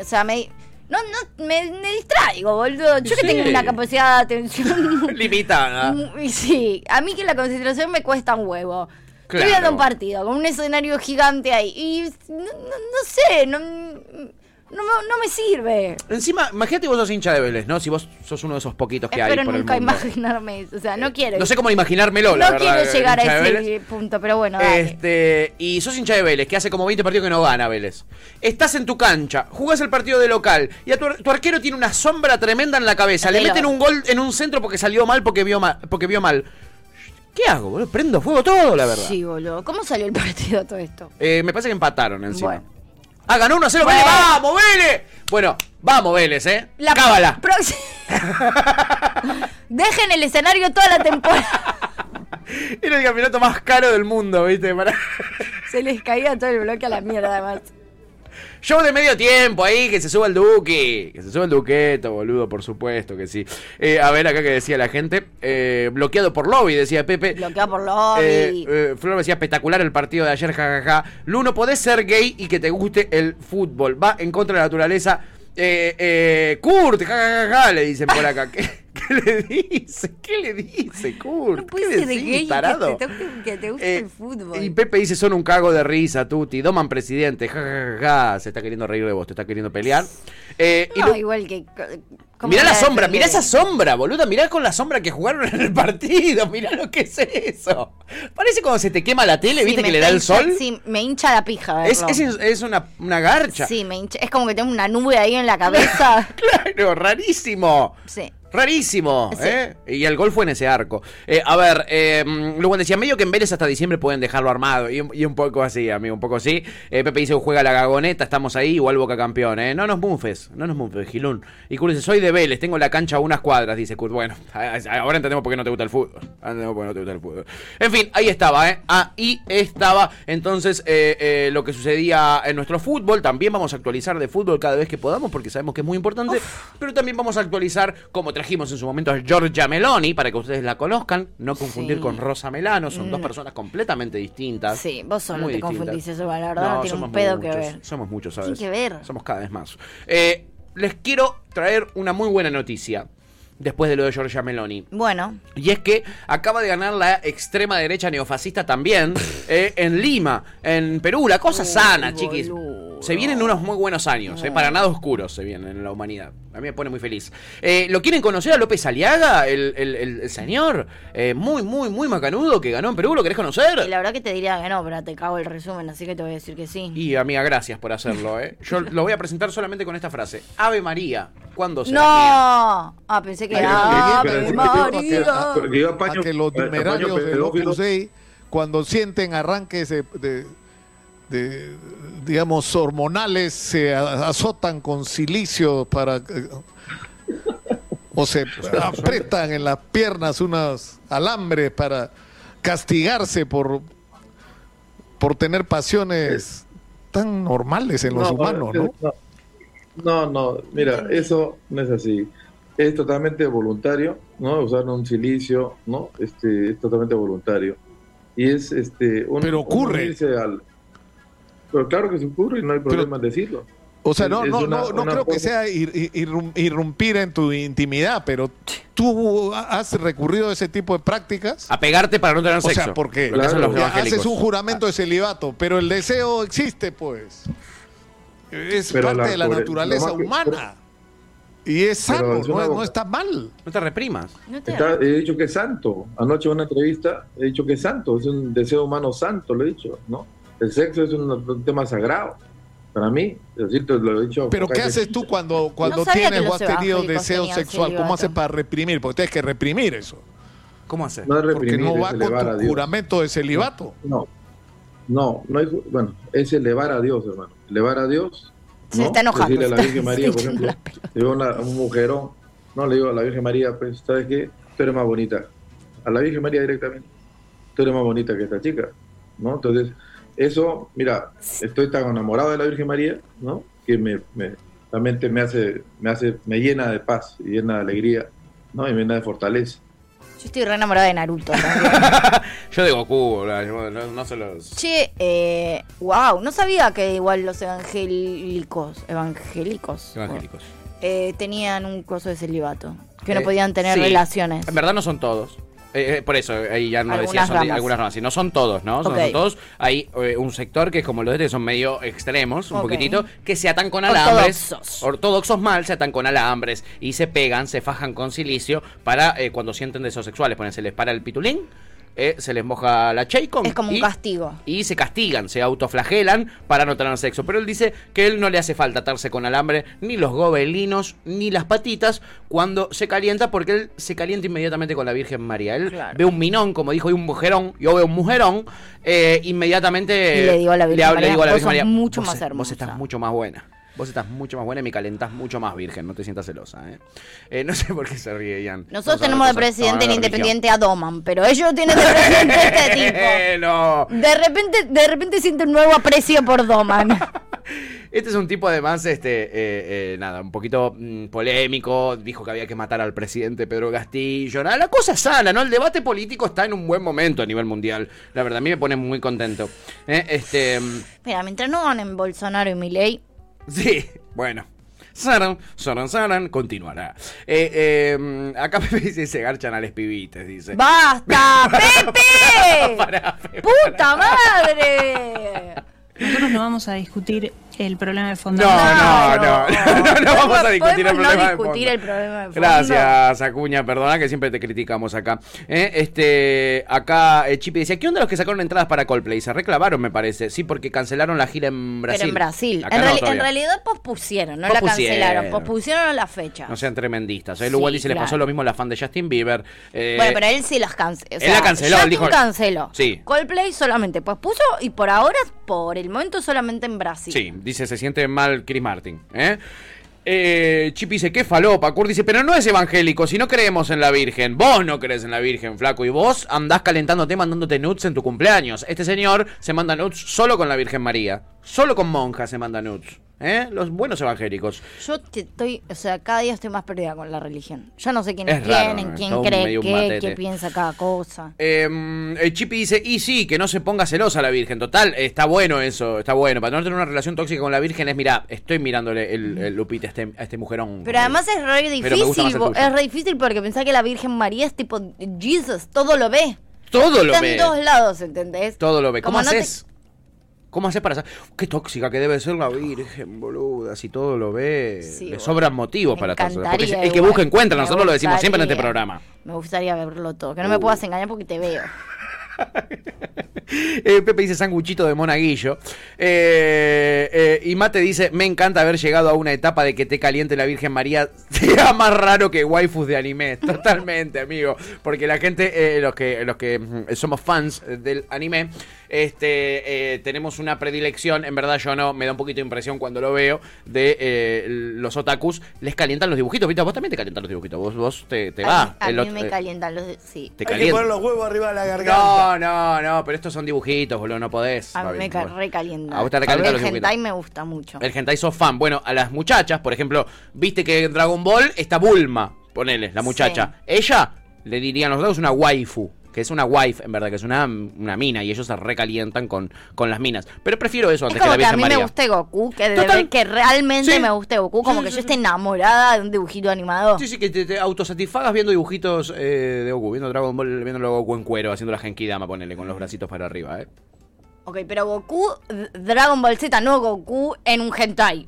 Speaker 3: o sea, me, no, no, me, me distraigo, boludo. Yo
Speaker 2: Sí.
Speaker 3: que tengo una capacidad de atención.
Speaker 2: Limitada.
Speaker 3: mm, y sí, a mí que la concentración me cuesta un huevo. Estoy viendo un partido con un escenario gigante ahí. Y no, no- no sé, no, no, me- no me sirve.
Speaker 2: Encima, imagínate vos sos hincha de Vélez, ¿no? Si vos sos uno de esos poquitos que
Speaker 3: Espero
Speaker 2: hay por
Speaker 3: nunca
Speaker 2: el mundo. Eh,
Speaker 3: imaginarme eso. O sea, no quiero.
Speaker 2: No sé cómo imaginármelo, la
Speaker 3: No
Speaker 2: verdad. eh,
Speaker 3: quiero llegar
Speaker 2: hincha
Speaker 3: a
Speaker 2: de Vélez.
Speaker 3: ese punto, pero bueno, dale.
Speaker 2: Este, y sos hincha de Vélez, que hace como 20 partidos que no gana Vélez. Estás en tu cancha, jugás el partido de local, y a tu, ar- tu arquero tiene una sombra tremenda en la cabeza. Le
Speaker 3: Pero-
Speaker 2: meten un gol en un centro porque salió mal, porque vio mal. Porque vio mal. ¿Qué hago, boludo? Prendo fuego todo, la verdad.
Speaker 3: Sí, boludo. ¿Cómo salió el partido todo esto?
Speaker 2: Eh, me parece que empataron encima.
Speaker 3: Bueno.
Speaker 2: Ah, ganó 1 a 0,
Speaker 3: Bueno.
Speaker 2: Vélez. ¡Vamos, Vélez! Bueno, vamos, Vélez, ¿eh?
Speaker 3: La
Speaker 2: Cábala.
Speaker 3: próxima- Dejen el escenario toda la temporada.
Speaker 2: Era el campeonato más caro del mundo, ¿viste? Para...
Speaker 3: Se les caía todo el bloque a la mierda, además.
Speaker 2: Show de medio tiempo ahí, que se suba el Duque. Que se suba el Duqueto, boludo, por supuesto que sí. Eh, a ver, acá que decía la gente. eh, bloqueado por lobby, decía Pepe.
Speaker 3: Bloqueado por lobby.
Speaker 2: Eh, eh, Flor decía espectacular el partido de ayer, jajaja. Luno, podés ser gay y que te guste el fútbol. Va en contra de la naturaleza. Eh, eh, Kurt, jajaja, le dicen por acá. ¿Qué, qué le dice? ¿Qué le dice, Kurt? ¿Qué
Speaker 11: Puede ser
Speaker 2: decís,
Speaker 11: gay y
Speaker 2: tarado?
Speaker 11: Que, te toque- que te guste
Speaker 2: Eh,
Speaker 11: el fútbol.
Speaker 2: Y Pepe dice, son un cago de risa, Tuti. Doman presidente, ja, ja, ja, ja. Se está queriendo reír de vos, te está queriendo pelear. Eh, y
Speaker 3: No,
Speaker 2: lo-
Speaker 3: igual que. ¿cómo
Speaker 2: mirá la
Speaker 3: voy a
Speaker 2: sombra, mirá
Speaker 3: defender?
Speaker 2: esa sombra, boluda. Mirá con la sombra que jugaron en el partido. Mirá lo que es eso. Parece cuando se te quema la tele,
Speaker 3: Sí,
Speaker 2: ¿viste
Speaker 3: me
Speaker 2: que le da el
Speaker 3: está
Speaker 2: sol?
Speaker 3: hincha- Sí, me hincha la pija,
Speaker 2: Es,
Speaker 3: verlo.
Speaker 2: es- es una, una garcha.
Speaker 3: Sí, me hincha. Es como que tengo una nube ahí en la cabeza.
Speaker 2: Claro, rarísimo.
Speaker 3: sí.
Speaker 2: Rarísimo,
Speaker 3: Sí.
Speaker 2: ¿eh? Y el gol fue en ese arco. Eh, a ver, eh, Lugan decía, medio que en Vélez hasta diciembre pueden dejarlo armado. Y un, y un poco así, amigo, un poco así. Eh, Pepe dice, juega la gagoneta, estamos ahí, igual Boca campeón, ¿eh? No nos mufes, no nos mufes, Gilún. Y Kurt dice, soy de Vélez, tengo la cancha a unas cuadras, dice Kurt. Bueno, a- a- ahora entendemos por qué no te gusta el fútbol. Ahora entendemos por qué no te gusta el fútbol. En fin, ahí estaba, ¿eh? Ahí estaba. Entonces, eh, eh, lo que sucedía en nuestro fútbol, también vamos a actualizar de fútbol cada vez que podamos, porque sabemos que es muy importante. Pero también vamos a actualizar, como trajimos en su momento a Giorgia Meloni, para que ustedes la conozcan, no confundir
Speaker 3: Sí.
Speaker 2: con Rosa Melano, son dos
Speaker 3: Mm.
Speaker 2: personas completamente distintas.
Speaker 3: Sí, vos solo
Speaker 2: muy
Speaker 3: te
Speaker 2: distintas.
Speaker 3: confundís, eso la verdad no tiene un
Speaker 2: somos
Speaker 3: pedo que
Speaker 2: muchos,
Speaker 3: ver.
Speaker 2: Somos muchos, ¿sabes?
Speaker 3: Tiene que ver.
Speaker 2: Somos cada vez más. Eh, les quiero traer una muy buena noticia después de lo de Giorgia Meloni.
Speaker 3: Bueno,
Speaker 2: Y es que acaba de ganar la extrema derecha neofascista también eh, en Lima, en Perú. La cosa sana, chiquis. Se vienen unos muy buenos años, eh, para nada oscuros se vienen en la humanidad. A mí me pone muy feliz. Eh, ¿Lo quieren conocer a López Aliaga, el, el- el- el señor? eh, muy, muy, muy macanudo que ganó en Perú. ¿Lo querés
Speaker 3: y
Speaker 2: conocer?
Speaker 3: la verdad que te diría que no, pero te cago el resumen, así que te voy a decir que sí.
Speaker 2: Y amiga, gracias por hacerlo. eh. Yo lo voy a presentar solamente con esta frase. Ave María, ¿cuándo será
Speaker 3: ¡No!
Speaker 2: mía?
Speaker 3: Ah, pensé que. ¡Ave María!
Speaker 12: Porque yo apaño-
Speaker 10: a que los
Speaker 12: apaño
Speaker 10: numerarios del
Speaker 12: pedófilos.
Speaker 10: Opus Dei, cuando sienten arranques de, de- de, digamos, hormonales, se a- azotan con silicio para... eh, o se apretan en las piernas unos alambres para castigarse por, por tener pasiones tan normales en los
Speaker 12: No,
Speaker 10: humanos,
Speaker 12: no,
Speaker 10: ¿no?
Speaker 12: No, no, mira, eso no es así. Es totalmente voluntario, ¿no? Usar un silicio, ¿no? Este, es totalmente voluntario. Y es este un, Pero
Speaker 10: ocurre.
Speaker 12: Pero claro que se ocurre, no hay problema en decirlo.
Speaker 10: O sea,
Speaker 12: Es-
Speaker 10: no,
Speaker 12: es
Speaker 10: no,
Speaker 12: una-
Speaker 10: no, no
Speaker 12: una
Speaker 10: creo que
Speaker 12: forma-
Speaker 10: sea ir- ir- irrum- irrumpir en tu intimidad, pero tú has recurrido a ese tipo de prácticas.
Speaker 2: A pegarte para no tener
Speaker 10: O sea,
Speaker 2: sexo.
Speaker 10: porque
Speaker 2: Lo que hacen los
Speaker 10: ya
Speaker 2: evangélicos.
Speaker 10: haces un juramento de celibato, pero el deseo existe, pues. Es
Speaker 12: Pero
Speaker 10: parte
Speaker 12: la-
Speaker 10: de la
Speaker 12: por-
Speaker 10: naturaleza
Speaker 12: lo más que-
Speaker 10: humana. Y es
Speaker 12: Pero
Speaker 10: sano,
Speaker 12: es
Speaker 10: no,
Speaker 12: una
Speaker 10: es- no
Speaker 12: boca-
Speaker 10: está mal.
Speaker 2: Ah, No te reprimas.
Speaker 12: Está- he dicho que es santo. Anoche en una entrevista he dicho que es santo, es un deseo humano santo, lo he dicho, ¿no? El sexo es un, un tema sagrado para mí. Es decir, te lo he dicho.
Speaker 10: Pero ¿qué haces tú cuando, cuando
Speaker 12: sabía que
Speaker 10: tienes o
Speaker 12: los
Speaker 10: has tenido
Speaker 12: evangélicos
Speaker 10: deseo
Speaker 12: tenían
Speaker 10: sexual? ¿Cómo
Speaker 12: celibato.
Speaker 10: haces para reprimir? Porque tienes que reprimir eso.
Speaker 2: ¿Cómo haces?
Speaker 12: No es
Speaker 10: Porque
Speaker 12: reprimir,
Speaker 10: no
Speaker 12: es
Speaker 10: va con
Speaker 12: elevar a
Speaker 10: tu
Speaker 12: Dios.
Speaker 10: juramento de celibato.
Speaker 12: No, no, no hay, ju- bueno, es elevar a Dios, hermano. Elevar a Dios.
Speaker 3: Se
Speaker 12: ¿no?
Speaker 3: está enojando,
Speaker 12: Decirle a la
Speaker 3: está-
Speaker 12: Virgen María, por
Speaker 3: sí,
Speaker 12: ejemplo,
Speaker 3: la
Speaker 12: le digo a una- a un mujerón, no le digo a la Virgen María, pues, ¿sabes qué? Tú eres más bonita. A la Virgen María directamente. Tú eres más bonita que esta chica, ¿no? Entonces, eso, mira, estoy tan enamorado de la Virgen María, ¿no? Que me, me- la mente me hace, me hace, me llena de paz, y llena de alegría, ¿no? Y me llena de fortaleza.
Speaker 3: Yo estoy re enamorada de Naruto. también.
Speaker 2: Yo de Goku, la- no, no se los...
Speaker 3: che, eh, wow, no sabía que igual los evangélicos. Evangélicos.
Speaker 2: Evangélicos.
Speaker 3: eh, tenían un curso de celibato. Que
Speaker 2: Eh,
Speaker 3: no podían tener
Speaker 2: sí.
Speaker 3: relaciones.
Speaker 2: En verdad no son todos. Eh, eh, por eso, ahí ya no
Speaker 3: Algunas
Speaker 2: decía, son di-
Speaker 3: ramas.
Speaker 2: algunas ramas. Si no son todos, ¿no? Son,
Speaker 3: Ok.
Speaker 2: son todos. Hay eh, un sector que es como los de este, que son medio extremos, un
Speaker 3: Ok.
Speaker 2: poquitito, que se atan con alambres.
Speaker 3: Ortodoxos.
Speaker 2: Ortodoxos mal, se atan con alambres y se pegan, se fajan con silicio para eh, cuando sienten deseos sexuales. Ponen, se les para el pitulín, eh, se les moja la chaycon.
Speaker 3: Es como un
Speaker 2: y-
Speaker 3: castigo.
Speaker 2: y se castigan, se autoflagelan para no tener sexo. Pero él dice que él no le hace falta atarse con alambre ni los gobelinos ni las patitas cuando se calienta, porque él se calienta inmediatamente con la Virgen María. Él
Speaker 3: Claro.
Speaker 2: ve un minón, como dijo, y un mujerón. Yo veo un mujerón, eh, inmediatamente
Speaker 3: Y le digo a la Virgen
Speaker 2: le hablo-
Speaker 3: María,
Speaker 2: le digo a la
Speaker 3: vos
Speaker 2: Virgen
Speaker 3: sos
Speaker 2: María,
Speaker 3: mucho
Speaker 2: vos
Speaker 3: más
Speaker 2: es- Vos
Speaker 3: hermosa".
Speaker 2: estás mucho más buena. Vos estás mucho más buena y me calentás mucho más, Virgen. No te sientas celosa, ¿eh? Eh, no sé por qué se ríe, Ian. Vamos
Speaker 3: Nosotros
Speaker 2: a
Speaker 3: tenemos de
Speaker 2: hablar de cosas-
Speaker 3: presidente el
Speaker 2: vamos a hablar de religión.
Speaker 3: independiente a Doman, pero ellos tienen de presidente a este tipo.
Speaker 2: Eh, no.
Speaker 3: De repente, de repente siente un nuevo aprecio por Doman.
Speaker 2: Este es un tipo además, este, eh, eh, nada, un poquito mm, polémico, dijo que había que matar al presidente Pedro Castillo, nada, la cosa es sana, ¿no? El debate político está en un buen momento a nivel mundial, la verdad, a mí me pone muy contento. Eh, este, mm,
Speaker 3: Mira, mientras no ganen Bolsonaro y Milei,
Speaker 2: sí, bueno. Saran, saran, saran, continuará. Eh, eh, mm, acá Pepe dice, se garchan a les pibites, dice.
Speaker 3: ¡basta! ¡Pepe! ¡Puta madre!
Speaker 13: Nosotros no vamos a discutir el problema de fondo.
Speaker 2: No, no, no, no, no, no vamos a discutir el
Speaker 3: ¿Podemos
Speaker 2: problema de
Speaker 3: no discutir
Speaker 2: fondo.
Speaker 3: el problema de fondo?
Speaker 2: Gracias, Acuña, perdona que siempre te criticamos acá. Eh, este, acá eh, Chipi decía, ¿qué onda los que sacaron entradas para Coldplay? Se reclamaron, me parece. Sí, porque cancelaron la gira en Brasil.
Speaker 3: Pero en Brasil.
Speaker 2: Acá
Speaker 3: En,
Speaker 2: no,
Speaker 3: reali- en
Speaker 2: todavía.
Speaker 3: realidad pospusieron, no
Speaker 2: Pospusieron.
Speaker 3: la cancelaron, pospusieron la fecha.
Speaker 2: No sean tremendistas. eh. Él
Speaker 3: Sí,
Speaker 2: igual dice, les
Speaker 3: claro.
Speaker 2: pasó lo mismo a la fan de Justin Bieber. Eh,
Speaker 3: bueno, pero él sí las canceló.
Speaker 2: él la canceló, él dijo-
Speaker 3: canceló.
Speaker 2: Sí.
Speaker 3: Coldplay solamente pospuso y por ahora, por el momento, solamente en Brasil.
Speaker 2: Sí, dice, se siente mal Chris Martin. ¿eh? Eh, Chip dice, qué falopa. Kurt dice, pero no es evangélico, si no creemos en la Virgen. Vos no crees en la Virgen, flaco. Y vos andás calentándote, mandándote nudes en tu cumpleaños. Este señor se manda nudes solo con la Virgen María. Solo con monjas se manda nudes. ¿eh? Los buenos evangélicos.
Speaker 3: Yo te estoy, o sea, cada día estoy más perdida con la religión. Yo no sé quién
Speaker 2: Es
Speaker 3: es, quién,
Speaker 2: raro,
Speaker 3: en
Speaker 2: es
Speaker 3: quién
Speaker 2: todo un medio
Speaker 3: cree
Speaker 2: un
Speaker 3: qué,
Speaker 2: matete.
Speaker 3: qué piensa cada cosa.
Speaker 2: Eh, el Chipi dice, y sí, que no se ponga celosa la Virgen. Total, está bueno eso, está bueno. Para no tener una relación tóxica con la Virgen es, mira, estoy mirándole el, el lupita a este, a este mujerón.
Speaker 3: Pero además es re
Speaker 2: Pero me gusta más
Speaker 3: difícil,
Speaker 2: el
Speaker 3: bo-
Speaker 2: tuyo.
Speaker 3: es re difícil porque pensá que la Virgen María es tipo Jesus, todo lo ve.
Speaker 2: Todo lo
Speaker 3: Está
Speaker 2: ve.
Speaker 3: en dos lados, ¿entendés?
Speaker 2: Todo lo ve. ¿Cómo
Speaker 3: Como no te-
Speaker 2: haces? ¿Cómo haces para sa- Qué tóxica que debe ser la Virgen, boluda. Si todo lo ve, le
Speaker 3: boludo.
Speaker 2: sobran motivos para todo eso. Porque
Speaker 3: encantaría
Speaker 2: el que
Speaker 3: igual.
Speaker 2: busca encuentra,
Speaker 3: Me
Speaker 2: nosotros lo decimos siempre en este
Speaker 3: gustaría.
Speaker 2: programa.
Speaker 3: Me gustaría verlo todo, que no me puedas engañar porque te veo.
Speaker 2: Eh, Pepe dice sanguchito de monaguillo. Eh, eh, y Mate dice: Me encanta haber llegado a una etapa de que te caliente la Virgen María. Sea más raro que waifus de anime. Totalmente, amigo. Porque la gente, eh, los que, los que mm, somos fans eh, del anime, este, eh, tenemos una predilección. En verdad, yo no me da un poquito de impresión cuando lo veo. De eh, los otakus. Les calientan los dibujitos. Viste, vos también te calientan los dibujitos. Vos, vos te, te va.
Speaker 3: a
Speaker 2: El
Speaker 3: mí, a mí
Speaker 2: ot-
Speaker 3: me
Speaker 2: eh,
Speaker 3: calientan los... Sí.
Speaker 2: te
Speaker 4: Hay que poner
Speaker 2: calientan.
Speaker 4: los huevos arriba de la garganta.
Speaker 2: No, no, no, pero estos son dibujitos, boludo, no podés.
Speaker 3: A
Speaker 2: Babi,
Speaker 3: mí Ah, me
Speaker 2: no
Speaker 3: ca-
Speaker 2: podés.
Speaker 3: recalientan.
Speaker 2: A vos te recalientan los
Speaker 3: El
Speaker 2: dibujitos.
Speaker 3: hentai me gusta mucho.
Speaker 2: El hentai sos fan. Bueno, a las muchachas, por ejemplo, viste que en Dragon Ball está Bulma, ponele, la muchacha. Ella, le dirían los dos, una waifu. Que es una wife, en verdad, que es una, una mina y ellos se recalientan con, con las minas. Pero prefiero eso
Speaker 3: Es
Speaker 2: antes que
Speaker 3: como
Speaker 2: la
Speaker 3: que, a
Speaker 2: Virgen
Speaker 3: mí
Speaker 2: María.
Speaker 3: me guste Goku, que, de
Speaker 2: Total.
Speaker 3: ver- que realmente
Speaker 2: Sí.
Speaker 3: me guste Goku, como
Speaker 2: Sí,
Speaker 3: que
Speaker 2: sí,
Speaker 3: yo esté enamorada de un dibujito animado.
Speaker 2: Sí, sí, que te, te autosatisfagas viendo dibujitos eh, de Goku, viendo Dragon Ball, viendo a Goku en cuero, haciendo la Genkidama, ponele, con los bracitos para arriba, eh.
Speaker 3: Ok, pero Goku, D- Dragon Ball Z, no Goku en un hentai.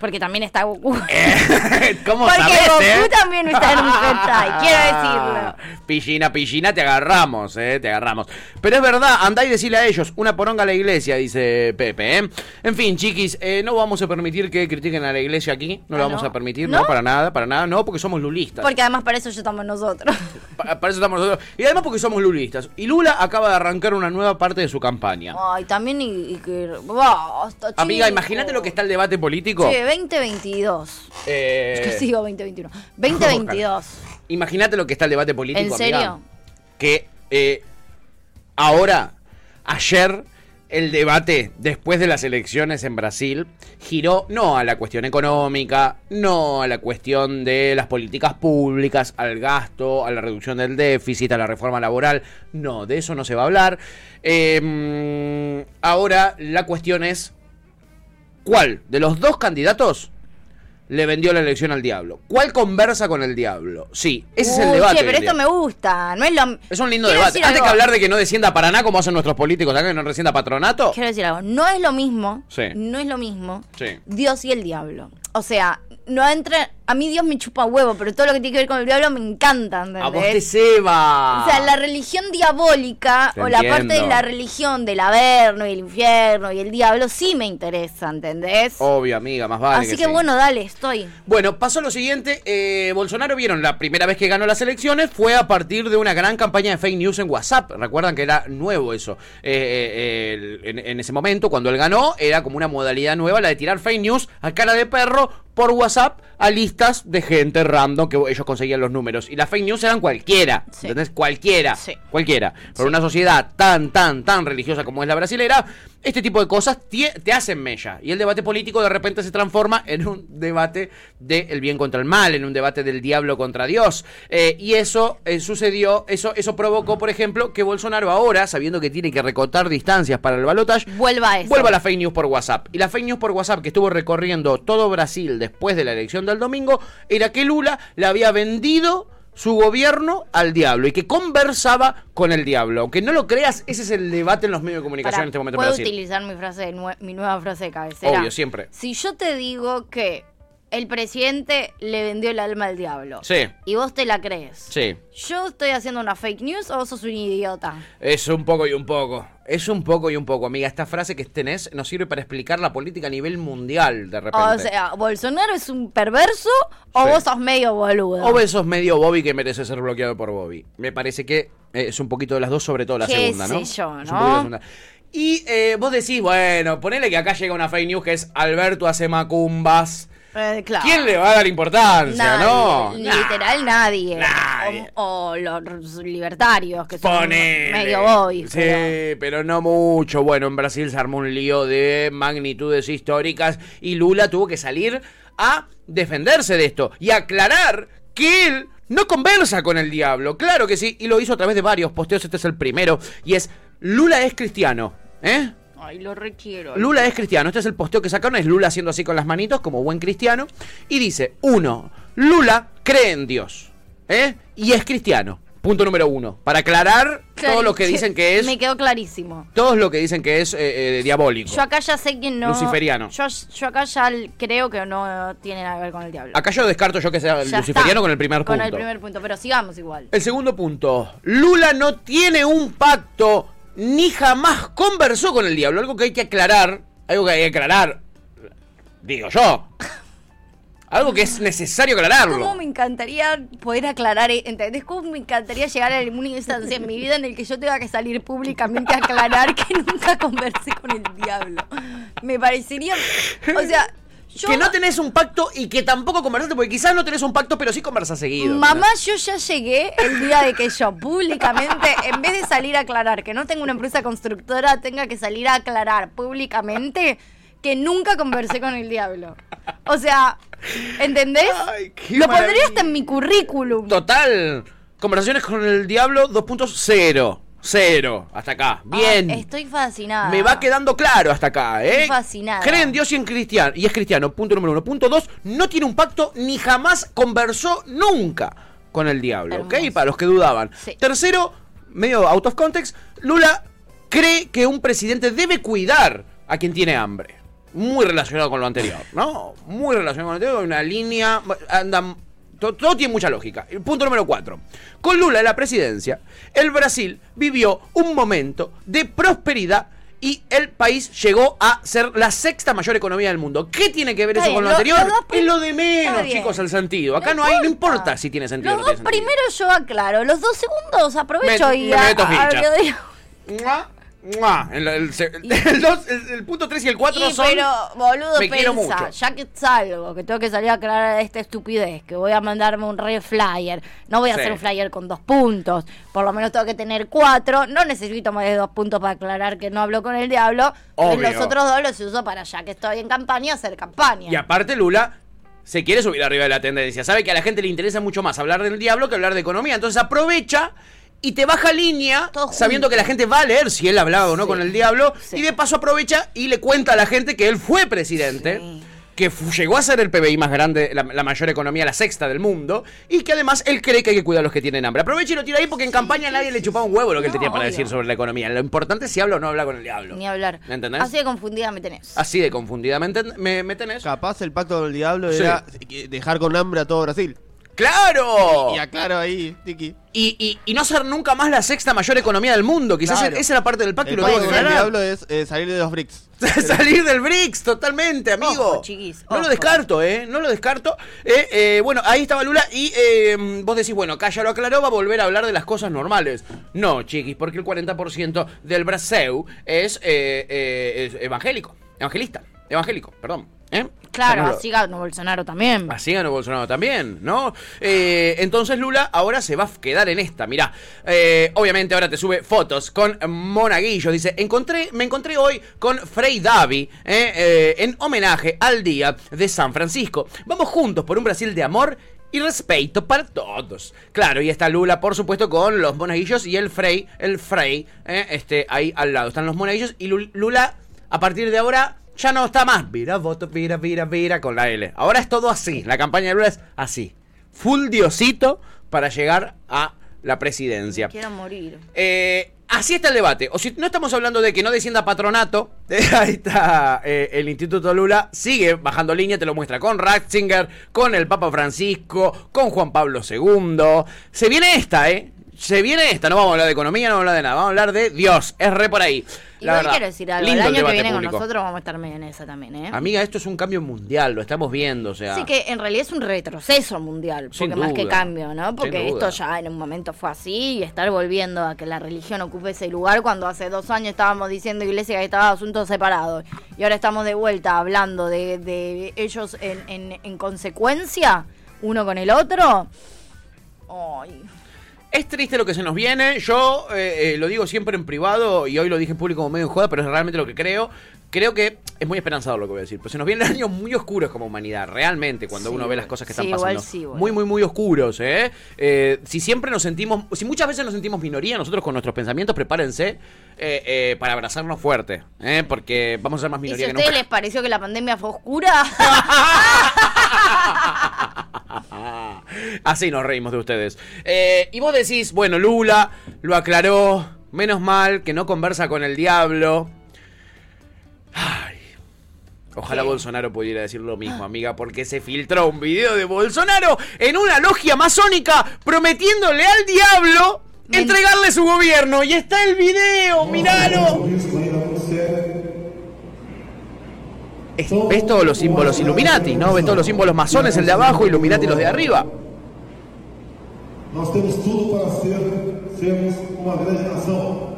Speaker 3: Porque también está Goku.
Speaker 2: Eh, ¿Cómo
Speaker 3: Porque
Speaker 2: sabés,
Speaker 3: Goku
Speaker 2: eh?
Speaker 3: también está en un hentai, quiero decirlo.
Speaker 2: Pillina, pillina, te agarramos, eh, te agarramos. Pero es verdad, andá y decirle a ellos, una poronga a la iglesia, dice Pepe, ¿eh? En fin, chiquis, eh, no vamos a permitir que critiquen a la iglesia aquí, no lo vamos a permitir, ¿No?
Speaker 3: Ah, ¿No?
Speaker 2: para nada, para nada, no, porque somos lulistas.
Speaker 3: Porque además para eso yo estamos nosotros.
Speaker 2: Pa- para eso estamos nosotros. Y además porque somos lulistas. Y Lula acaba de arrancar una nueva parte de su campaña.
Speaker 3: Ay, también y, y que... Basta,
Speaker 2: Amiga,
Speaker 3: Ah, chico.
Speaker 2: imagínate lo que está el debate político.
Speaker 3: Che, 2022.
Speaker 2: Eh,
Speaker 3: Yo sigo 2021. 2022.
Speaker 2: Imagínate lo que está el debate político.
Speaker 3: ¿En serio?
Speaker 2: amiga. que eh, ahora, ayer, el debate después de las elecciones en Brasil giró no a la cuestión económica, no a la cuestión de las políticas públicas, al gasto, a la reducción del déficit, a la reforma laboral. No, de eso no se va a hablar. Eh, ahora la cuestión es, ¿cuál de los dos candidatos le vendió la elección al diablo. ¿Cuál conversa con el diablo? Sí, ese es el
Speaker 3: Uy,
Speaker 2: debate.
Speaker 3: che, pero
Speaker 2: del
Speaker 3: esto
Speaker 2: día.
Speaker 3: me gusta. No es, lo...
Speaker 2: Es un lindo
Speaker 3: Quiero
Speaker 2: debate.
Speaker 3: decir
Speaker 2: Antes
Speaker 3: algo.
Speaker 2: que hablar de que no descienda a Paraná como hacen nuestros políticos acá, que no descienda a patronato.
Speaker 3: Quiero decir algo. No es lo mismo.
Speaker 2: Sí.
Speaker 3: No es lo mismo.
Speaker 2: Sí.
Speaker 3: Dios y el diablo. O sea, no entra. A mí Dios me chupa huevo, pero todo lo que tiene que ver con el diablo me encanta. ¿entendés?
Speaker 2: A vos te ceba.
Speaker 3: O sea, la religión diabólica
Speaker 2: Te
Speaker 3: o la parte de
Speaker 2: entiendo.
Speaker 3: la religión del averno y el infierno y el diablo sí me interesa, ¿entendés?
Speaker 2: Obvio, amiga, más vale.
Speaker 3: Así que,
Speaker 2: sí.
Speaker 3: bueno, dale, estoy.
Speaker 2: Bueno, pasó lo siguiente. eh, Bolsonaro, vieron, la primera vez que ganó las elecciones fue a partir de una gran campaña de fake news en WhatsApp. Recuerdan que era nuevo eso. Eh, eh, el- en, en ese momento, cuando él ganó, era como una modalidad nueva, la de tirar fake news a cara de perro por WhatsApp a listas de gente random que ellos conseguían los números. Y las fake news eran cualquiera. ¿Entendés? Cualquiera. Cualquiera. Pero una sociedad tan, tan, tan religiosa como es la brasilera, este tipo de cosas tie- te hacen mella. Y el debate político de repente se transforma en un debate del bien contra el mal, en un debate del diablo contra Dios. Eh, y eso eh, sucedió, eso, eso provocó, por ejemplo, que Bolsonaro ahora, sabiendo que tiene que recortar distancias para el balotaje,
Speaker 3: Vuelva a eso.
Speaker 2: Vuelva a la fake news por WhatsApp. Y la fake news por WhatsApp que estuvo recorriendo todo Brasil después de la elección del domingo era que Lula le había vendido su gobierno al diablo y que conversaba con el diablo. Aunque no lo creas, ese es el debate en los medios de comunicación
Speaker 3: Pará,
Speaker 2: en este momento en
Speaker 3: ¿Puedo
Speaker 2: Brasil.
Speaker 3: utilizar mi frase de nue- mi nueva frase de cabecera?
Speaker 2: Obvio, siempre.
Speaker 3: Si yo te digo que el presidente le vendió el alma al diablo
Speaker 2: Sí,
Speaker 3: y vos te la crees,
Speaker 2: sí.
Speaker 3: ¿yo estoy haciendo una fake news o vos sos un idiota?
Speaker 2: Es un poco y un poco. Es un poco y un poco, amiga. Esta frase que tenés nos sirve para explicar la política a nivel mundial de repente.
Speaker 3: O sea, ¿Bolsonaro es un perverso o
Speaker 2: Sí.
Speaker 3: vos sos medio boludo?
Speaker 2: O vos sos medio Bobby que merece ser bloqueado por Bobby. Me parece que eh, es un poquito de las dos, sobre todo la
Speaker 3: Qué
Speaker 2: segunda, ¿no?
Speaker 3: sé yo,
Speaker 2: Es un
Speaker 3: ¿no?
Speaker 2: poquito de la segunda. Y eh, vos decís, bueno, ponele que acá llega una fake news que es Alberto hace macumbas.
Speaker 3: Eh, claro.
Speaker 2: ¿Quién le va a dar importancia,
Speaker 3: Nadie,
Speaker 2: no?
Speaker 3: Literal nadie. O, o los libertarios que son
Speaker 2: Ponele.
Speaker 3: medio boys.
Speaker 2: Sí, pero... no mucho. Bueno, en Brasil se armó un lío de magnitudes históricas y Lula tuvo que salir a defenderse de esto y aclarar que él no conversa con el diablo. Claro que sí, y lo hizo a través de varios posteos. Este es el primero y es Lula es cristiano, ¿eh?
Speaker 3: Ay, lo requiero.
Speaker 2: Lula es cristiano. Este es el posteo que sacaron. Es Lula haciendo así con las manitos, como buen cristiano. Y dice: Uno, Lula cree en Dios. ¿eh? Y es cristiano. Punto número uno. Para aclarar todo lo que dicen que es.
Speaker 3: Me quedó clarísimo.
Speaker 2: Todos lo que dicen que es eh, eh, diabólico.
Speaker 3: Yo acá ya sé que no.
Speaker 2: Luciferiano.
Speaker 3: Yo, yo acá ya l- creo que no tiene nada que ver con el diablo.
Speaker 2: Acá yo descarto yo que sea
Speaker 3: Ya
Speaker 2: luciferiano
Speaker 3: está.
Speaker 2: con el primer
Speaker 3: Con
Speaker 2: punto.
Speaker 3: el primer punto, pero sigamos igual.
Speaker 2: El segundo punto. Lula no tiene un pacto ni jamás conversó con el diablo. Algo que hay que aclarar. Algo que hay que aclarar. Digo yo. Algo que es necesario
Speaker 3: ¿Cómo
Speaker 2: aclararlo.
Speaker 3: me encantaría poder aclarar, eh, entendés? ¿Cómo me encantaría llegar a alguna instancia en mi vida en el que yo tenga que salir públicamente a aclarar que nunca conversé con el diablo? Me parecería. O sea, yo.
Speaker 2: Que no tenés un pacto y que tampoco conversaste, porque quizás no tenés un pacto, pero sí conversas seguido.
Speaker 3: Mamá, yo ya llegué el día de que yo públicamente, en vez de salir a aclarar que no tengo una empresa constructora, tenga que salir a aclarar públicamente que nunca conversé con el diablo. O sea, ¿entendés?
Speaker 2: qué maravilla.
Speaker 3: Lo pondría hasta en mi currículum.
Speaker 2: Total. Conversaciones con el diablo 2.0. Cero. Hasta
Speaker 3: Ah,
Speaker 2: acá. Bien.
Speaker 3: Ay, estoy fascinada.
Speaker 2: Me va quedando claro hasta acá, ¿eh?
Speaker 3: Estoy fascinada.
Speaker 2: Cree en Dios y en cristiano. Y es cristiano. Punto número uno. Punto dos. No tiene un pacto ni jamás conversó nunca con el diablo. ¿Ok? Para los que dudaban.
Speaker 3: Sí.
Speaker 2: Tercero, medio out of context. Lula cree que un presidente debe cuidar a quien tiene hambre. Muy relacionado con lo anterior, ¿no? Muy relacionado con lo anterior. Una línea. Andan. to- todo tiene mucha lógica. Punto número cuatro. Con Lula en la presidencia, el Brasil vivió un momento de prosperidad y el país llegó a ser la sexta mayor economía del mundo. ¿Qué tiene que ver
Speaker 3: Está
Speaker 2: eso con
Speaker 3: bien,
Speaker 2: lo,
Speaker 3: lo-
Speaker 2: anterior?
Speaker 3: los dos pri-
Speaker 2: es lo de
Speaker 3: Está
Speaker 2: menos,
Speaker 3: bien.
Speaker 2: chicos, el sentido. Acá no, hay, no importa si tiene sentido. o no
Speaker 3: Los
Speaker 2: tiene
Speaker 3: dos
Speaker 2: sentido.
Speaker 3: primero yo aclaro, los dos segundos aprovecho
Speaker 2: Me-
Speaker 3: y
Speaker 2: me meto ficha.
Speaker 3: digo-
Speaker 2: Mua, mua. El, el- el dos- el- el punto 3 y el 4
Speaker 3: Y,
Speaker 2: son.
Speaker 3: pero, boludo,
Speaker 2: me quiero mucho.
Speaker 3: pensa, ya que salgo, que tengo que salir a aclarar esta estupidez, que voy a mandarme un re flyer, no voy a
Speaker 2: Sí.
Speaker 3: hacer un flyer con dos puntos, por lo menos tengo que tener cuatro, no necesito más de dos puntos para aclarar que no hablo con el diablo,
Speaker 2: Obvio.
Speaker 3: los otros dos los uso para ya que estoy en campaña, hacer campaña.
Speaker 2: Y aparte, Lula se quiere subir arriba de la tendencia. Sabe que a la gente le interesa mucho más hablar del diablo que hablar de economía. Entonces aprovecha. Y te baja línea sabiendo que la gente va a leer si él hablaba o no con el diablo. Y de paso aprovecha y le cuenta a la gente que él fue presidente. que fu- llegó a ser el PBI más grande, la, la mayor economía, la sexta del mundo, y que además él cree que hay que cuidar a los que tienen hambre. Aprovecha y lo tira ahí porque en campaña nadie le chupaba un huevo lo que él tenía para
Speaker 3: obvio.
Speaker 2: decir sobre la economía. Lo importante es si habla o no habla con el diablo.
Speaker 3: Ni hablar.
Speaker 2: ¿Me entendés? Ah,
Speaker 3: Así de confundida me tenés.
Speaker 2: Así de confundidamente me, me tenés.
Speaker 10: Capaz el pacto del diablo
Speaker 2: Sí.
Speaker 10: era dejar con hambre a todo Brasil.
Speaker 2: ¡Claro!
Speaker 10: Y aclaro ahí, Tiki.
Speaker 2: Y, y- y no ser nunca más la sexta mayor economía del mundo. Quizás
Speaker 10: Claro.
Speaker 2: esa era parte del pacto
Speaker 10: El
Speaker 2: y lo
Speaker 10: pacto
Speaker 2: tengo que
Speaker 10: del
Speaker 2: aclarar.
Speaker 10: diablo es eh, salir de los BRICS.
Speaker 2: Salir del BRICS, totalmente, amigo.
Speaker 3: Ojo, chiquis,
Speaker 2: no lo
Speaker 3: ojo.
Speaker 2: descarto, ¿eh? No lo descarto. Eh, eh, bueno, ahí estaba Lula y eh, vos decís, bueno, acá ya lo aclaró, va a volver a hablar de las cosas normales. No, chiquis, porque el 40% del Brasil es, eh, eh, es evangélico, evangelista, evangélico, perdón. ¿eh?
Speaker 3: Claro,
Speaker 2: Ya no lo- Ah,
Speaker 3: así ganó Bolsonaro también.
Speaker 2: Así ganó Bolsonaro también, ¿no? Eh, entonces Lula ahora se va a quedar en esta, mirá. Eh, obviamente ahora te sube fotos con Monaguillo. Dice, encontré, me encontré hoy con Frei Davi eh, eh, en homenaje al Día de San Francisco. Vamos juntos por un Brasil de amor y respeto para todos. Claro, y está Lula, por supuesto, con los monaguillos y el Frei, el Frei, eh, este, ahí al lado. Están los monaguillos y Lu- Lula, a partir de ahora, ya no está más. Vira, voto, vira, vira, vira con la L. Ahora es todo así. La campaña de Lula es así. Full diosito para llegar a la presidencia.
Speaker 3: Quiero morir.
Speaker 2: Eh, así está el debate. O si no estamos hablando de que no descienda patronato, eh, ahí está eh, el Instituto Lula, sigue bajando línea, te lo muestra con Ratzinger, con el Papa Francisco, con Juan Pablo II. Se viene esta, ¿eh? Se viene esta, no vamos a hablar de economía, no vamos a hablar de nada, vamos a hablar de Dios, es re por ahí. La
Speaker 3: Igual
Speaker 2: verdad,
Speaker 3: quiero decir algo.
Speaker 2: lindo
Speaker 3: el año que
Speaker 2: debate
Speaker 3: viene con
Speaker 2: público.
Speaker 3: nosotros vamos a estar medio en esa también, ¿eh?
Speaker 2: Amiga, esto es un cambio mundial, lo estamos viendo, o sea.
Speaker 3: Así que en realidad es un retroceso mundial,
Speaker 2: Sin
Speaker 3: porque más que
Speaker 2: duda.
Speaker 3: cambio, ¿no? Porque
Speaker 2: Sin
Speaker 3: esto
Speaker 2: duda.
Speaker 3: ya en un momento fue así y estar volviendo a que la religión ocupe ese lugar cuando hace dos años estábamos diciendo iglesia que estaba asuntos separados y ahora estamos de vuelta hablando de, de ellos en, en- en consecuencia, uno con el otro. Ay,
Speaker 2: Es triste lo que se nos viene. Yo eh, eh, lo digo siempre en privado y hoy lo dije en público como medio en joda, pero es realmente lo que creo. Creo que es muy esperanzador lo que voy a decir. Pues se nos vienen años muy oscuros como humanidad, realmente, cuando
Speaker 3: Sí,
Speaker 2: uno ve las
Speaker 3: boludo.
Speaker 2: cosas que están
Speaker 3: Sí, igual
Speaker 2: pasando.
Speaker 3: sí, boludo.
Speaker 2: muy, muy, muy oscuros, ¿eh? Eh, Si siempre nos sentimos, si muchas veces nos sentimos minoría nosotros con nuestros pensamientos, prepárense eh, eh, para abrazarnos fuerte, ¿eh? Porque vamos a ser más
Speaker 3: Y
Speaker 2: minoría
Speaker 3: si a
Speaker 2: que
Speaker 3: ustedes
Speaker 2: nunca.
Speaker 3: les pareció que la pandemia fue oscura,
Speaker 2: Así nos reímos de ustedes. Eh, y vos decís, bueno, Lula lo aclaró. Menos mal que no conversa con el diablo. Ay, Ojalá Bolsonaro pudiera decir lo mismo, amiga, porque se filtró un video de Bolsonaro en una logia masónica prometiéndole al diablo entregarle su gobierno. Y está el video, miralo. Es- ¿Ves todos los símbolos Illuminati, no? ¿Ves todos los símbolos masones, el de abajo, Illuminati los de arriba?
Speaker 14: Nós temos tudo para ser, sermos uma grande nação.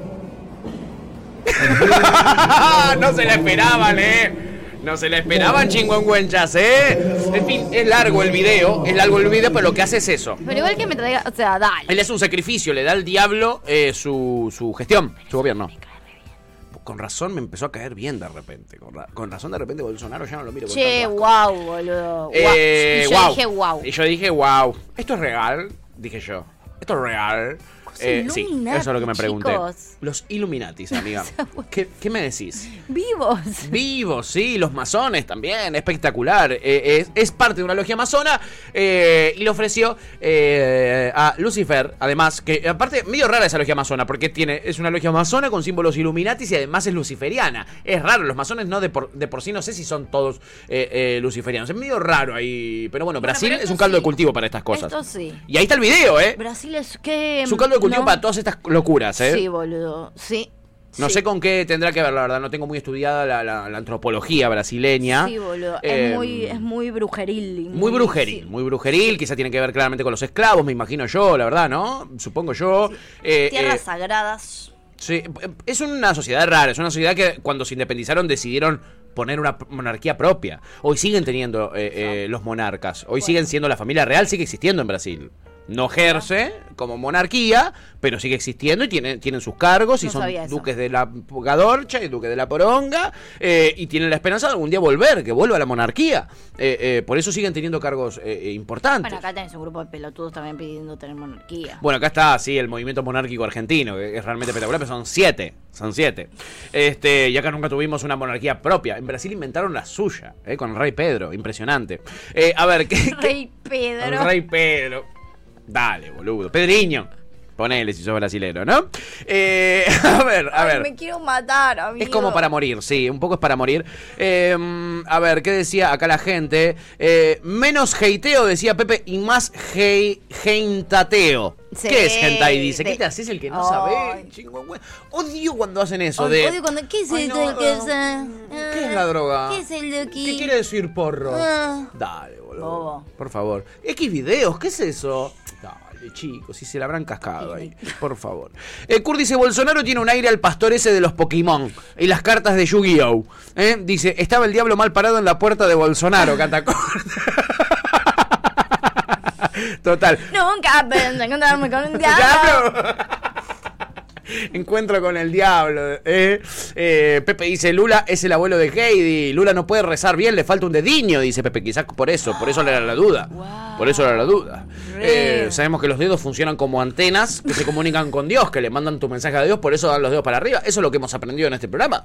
Speaker 2: no se la esperaban, ¿eh? No se la esperaban chingüengüenchas, ¿eh? En fin, es largo el video, es largo el video, pero lo que hace es eso.
Speaker 3: pero igual que me traiga, o sea, dale.
Speaker 2: Él hace un sacrificio, le da al diablo eh, su, su gestión, su gobierno. Con razón me empezó a caer bien de repente. Con, ra- con razón de repente Bolsonaro ya no lo miro. con
Speaker 3: Che,
Speaker 2: tanto asco.
Speaker 3: wow, boludo. Guau.
Speaker 2: Eh,
Speaker 3: y yo
Speaker 2: guau.
Speaker 3: dije wow.
Speaker 2: Y yo dije, wow. ¿Esto es real? Dije yo. ¿Esto es real? Eh, sí, eso
Speaker 3: Illuminati,
Speaker 2: es lo que me pregunté.
Speaker 3: chicos.
Speaker 2: Los Illuminatis, amiga. ¿Qué, ¿Qué me decís?
Speaker 3: Vivos.
Speaker 2: Vivos, sí, los masones también, espectacular. Eh, es, es parte de una logia masona eh, y le ofreció eh, a Lucifer, además, que aparte, medio rara esa logia masona, porque tiene, es una logia masona con símbolos Illuminatis y además es luciferiana. Es raro, los masones no de por, de por sí, no sé si son todos eh, eh, luciferianos. Es medio raro ahí, pero bueno, Brasil
Speaker 3: pero
Speaker 2: es
Speaker 3: esto
Speaker 2: un caldo
Speaker 3: sí.
Speaker 2: de cultivo para estas cosas.
Speaker 3: Esto sí.
Speaker 2: Y ahí está el video, ¿eh?
Speaker 3: Brasil es que. mm,
Speaker 2: Es un caldo de cultivo para todas estas locuras, ¿eh?
Speaker 3: Sí, boludo. Sí.
Speaker 2: No
Speaker 3: sí.
Speaker 2: sé con qué tendrá que ver, la verdad. No tengo muy estudiada la, la- la antropología brasileña.
Speaker 3: Sí, boludo.
Speaker 2: Eh,
Speaker 3: es, muy, es muy brujeril. y
Speaker 2: Muy brujeril, muy brujeril. Quizá tiene que ver claramente con los esclavos, me imagino yo, la verdad, ¿no? Supongo yo. Eh,
Speaker 3: sí. Tierras
Speaker 2: eh,
Speaker 3: sagradas.
Speaker 2: sí, es una sociedad rara. Es una sociedad que cuando se independizaron decidieron poner una p- monarquía propia. Hoy siguen teniendo eh, eh, los monarcas. Hoy siguen siendo la familia real, sigue existiendo en Brasil. No ejerce como monarquía, pero sigue existiendo y tienen, tienen sus cargos y
Speaker 15: No
Speaker 2: son
Speaker 15: sabía eso.
Speaker 2: duques de la Gadorcha y duques de la Poronga eh, y tienen la esperanza de algún día volver, que vuelva la monarquía. Eh, eh, por eso siguen teniendo cargos eh, eh, importantes.
Speaker 15: Bueno, acá tenés un grupo de pelotudos también pidiendo tener monarquía.
Speaker 2: Bueno, acá está, sí, el movimiento monárquico argentino, que es realmente espectacular, pero son siete, son siete. Este, y acá nunca tuvimos una monarquía propia. En Brasil inventaron la suya, eh, con el rey Pedro, impresionante. Eh, a ver, ¿qué,
Speaker 15: Rey Pedro.
Speaker 2: el rey Pedro. Dale, boludo. Pedriño. Ponele si sos brasilero, ¿no? Eh, a ver, a
Speaker 15: Ay,
Speaker 2: ver.
Speaker 15: me quiero matar, amigo.
Speaker 2: Es como para morir, sí, un poco es para morir. Eh, a ver, ¿qué decía acá la gente? Eh, menos heiteo, decía Pepe, y más hei, heintateo.
Speaker 15: Sí,
Speaker 2: ¿Qué es hentai? Dice,
Speaker 15: de-
Speaker 2: ¿qué te haces el que no
Speaker 15: Ay.
Speaker 2: sabe? Chingüengüe. Odio cuando hacen eso
Speaker 15: Ay,
Speaker 2: de...
Speaker 15: odio cuando- ¿Qué es
Speaker 2: Ay,
Speaker 15: esto?
Speaker 2: no,
Speaker 15: ¿Qué
Speaker 2: no.
Speaker 15: es, ah?
Speaker 2: ¿Qué es la droga?
Speaker 15: ¿Qué es el loqui?
Speaker 2: ¿Qué quiere decir porro?
Speaker 15: Ah.
Speaker 2: Dale, boludo.
Speaker 15: Bobo.
Speaker 2: Por favor. X videos, ¿qué es eso? Dale, chicos, si se la habrán cascado ahí. Por favor. Eh, Kurt dice, Bolsonaro tiene un aire al pastor ese de los Pokémon y las cartas de Yu-Gi-Oh! Eh, Dice, estaba el diablo mal parado en la puerta de Bolsonaro, Catacor. Total.
Speaker 15: Nunca pensé encontrarme con un diablo.
Speaker 2: ¡Diablo! Encuentro con el diablo. eh. Eh, Pepe dice, Lula es el abuelo de Heidi. Lula no puede rezar bien, le falta un dediño, dice Pepe. Quizás por eso, por eso le era la duda. Por eso era la duda. Eh, sabemos que los dedos funcionan como antenas que se comunican con Dios, que le mandan tu mensaje a Dios, por eso dan los dedos para arriba. Eso es lo que hemos aprendido en este programa.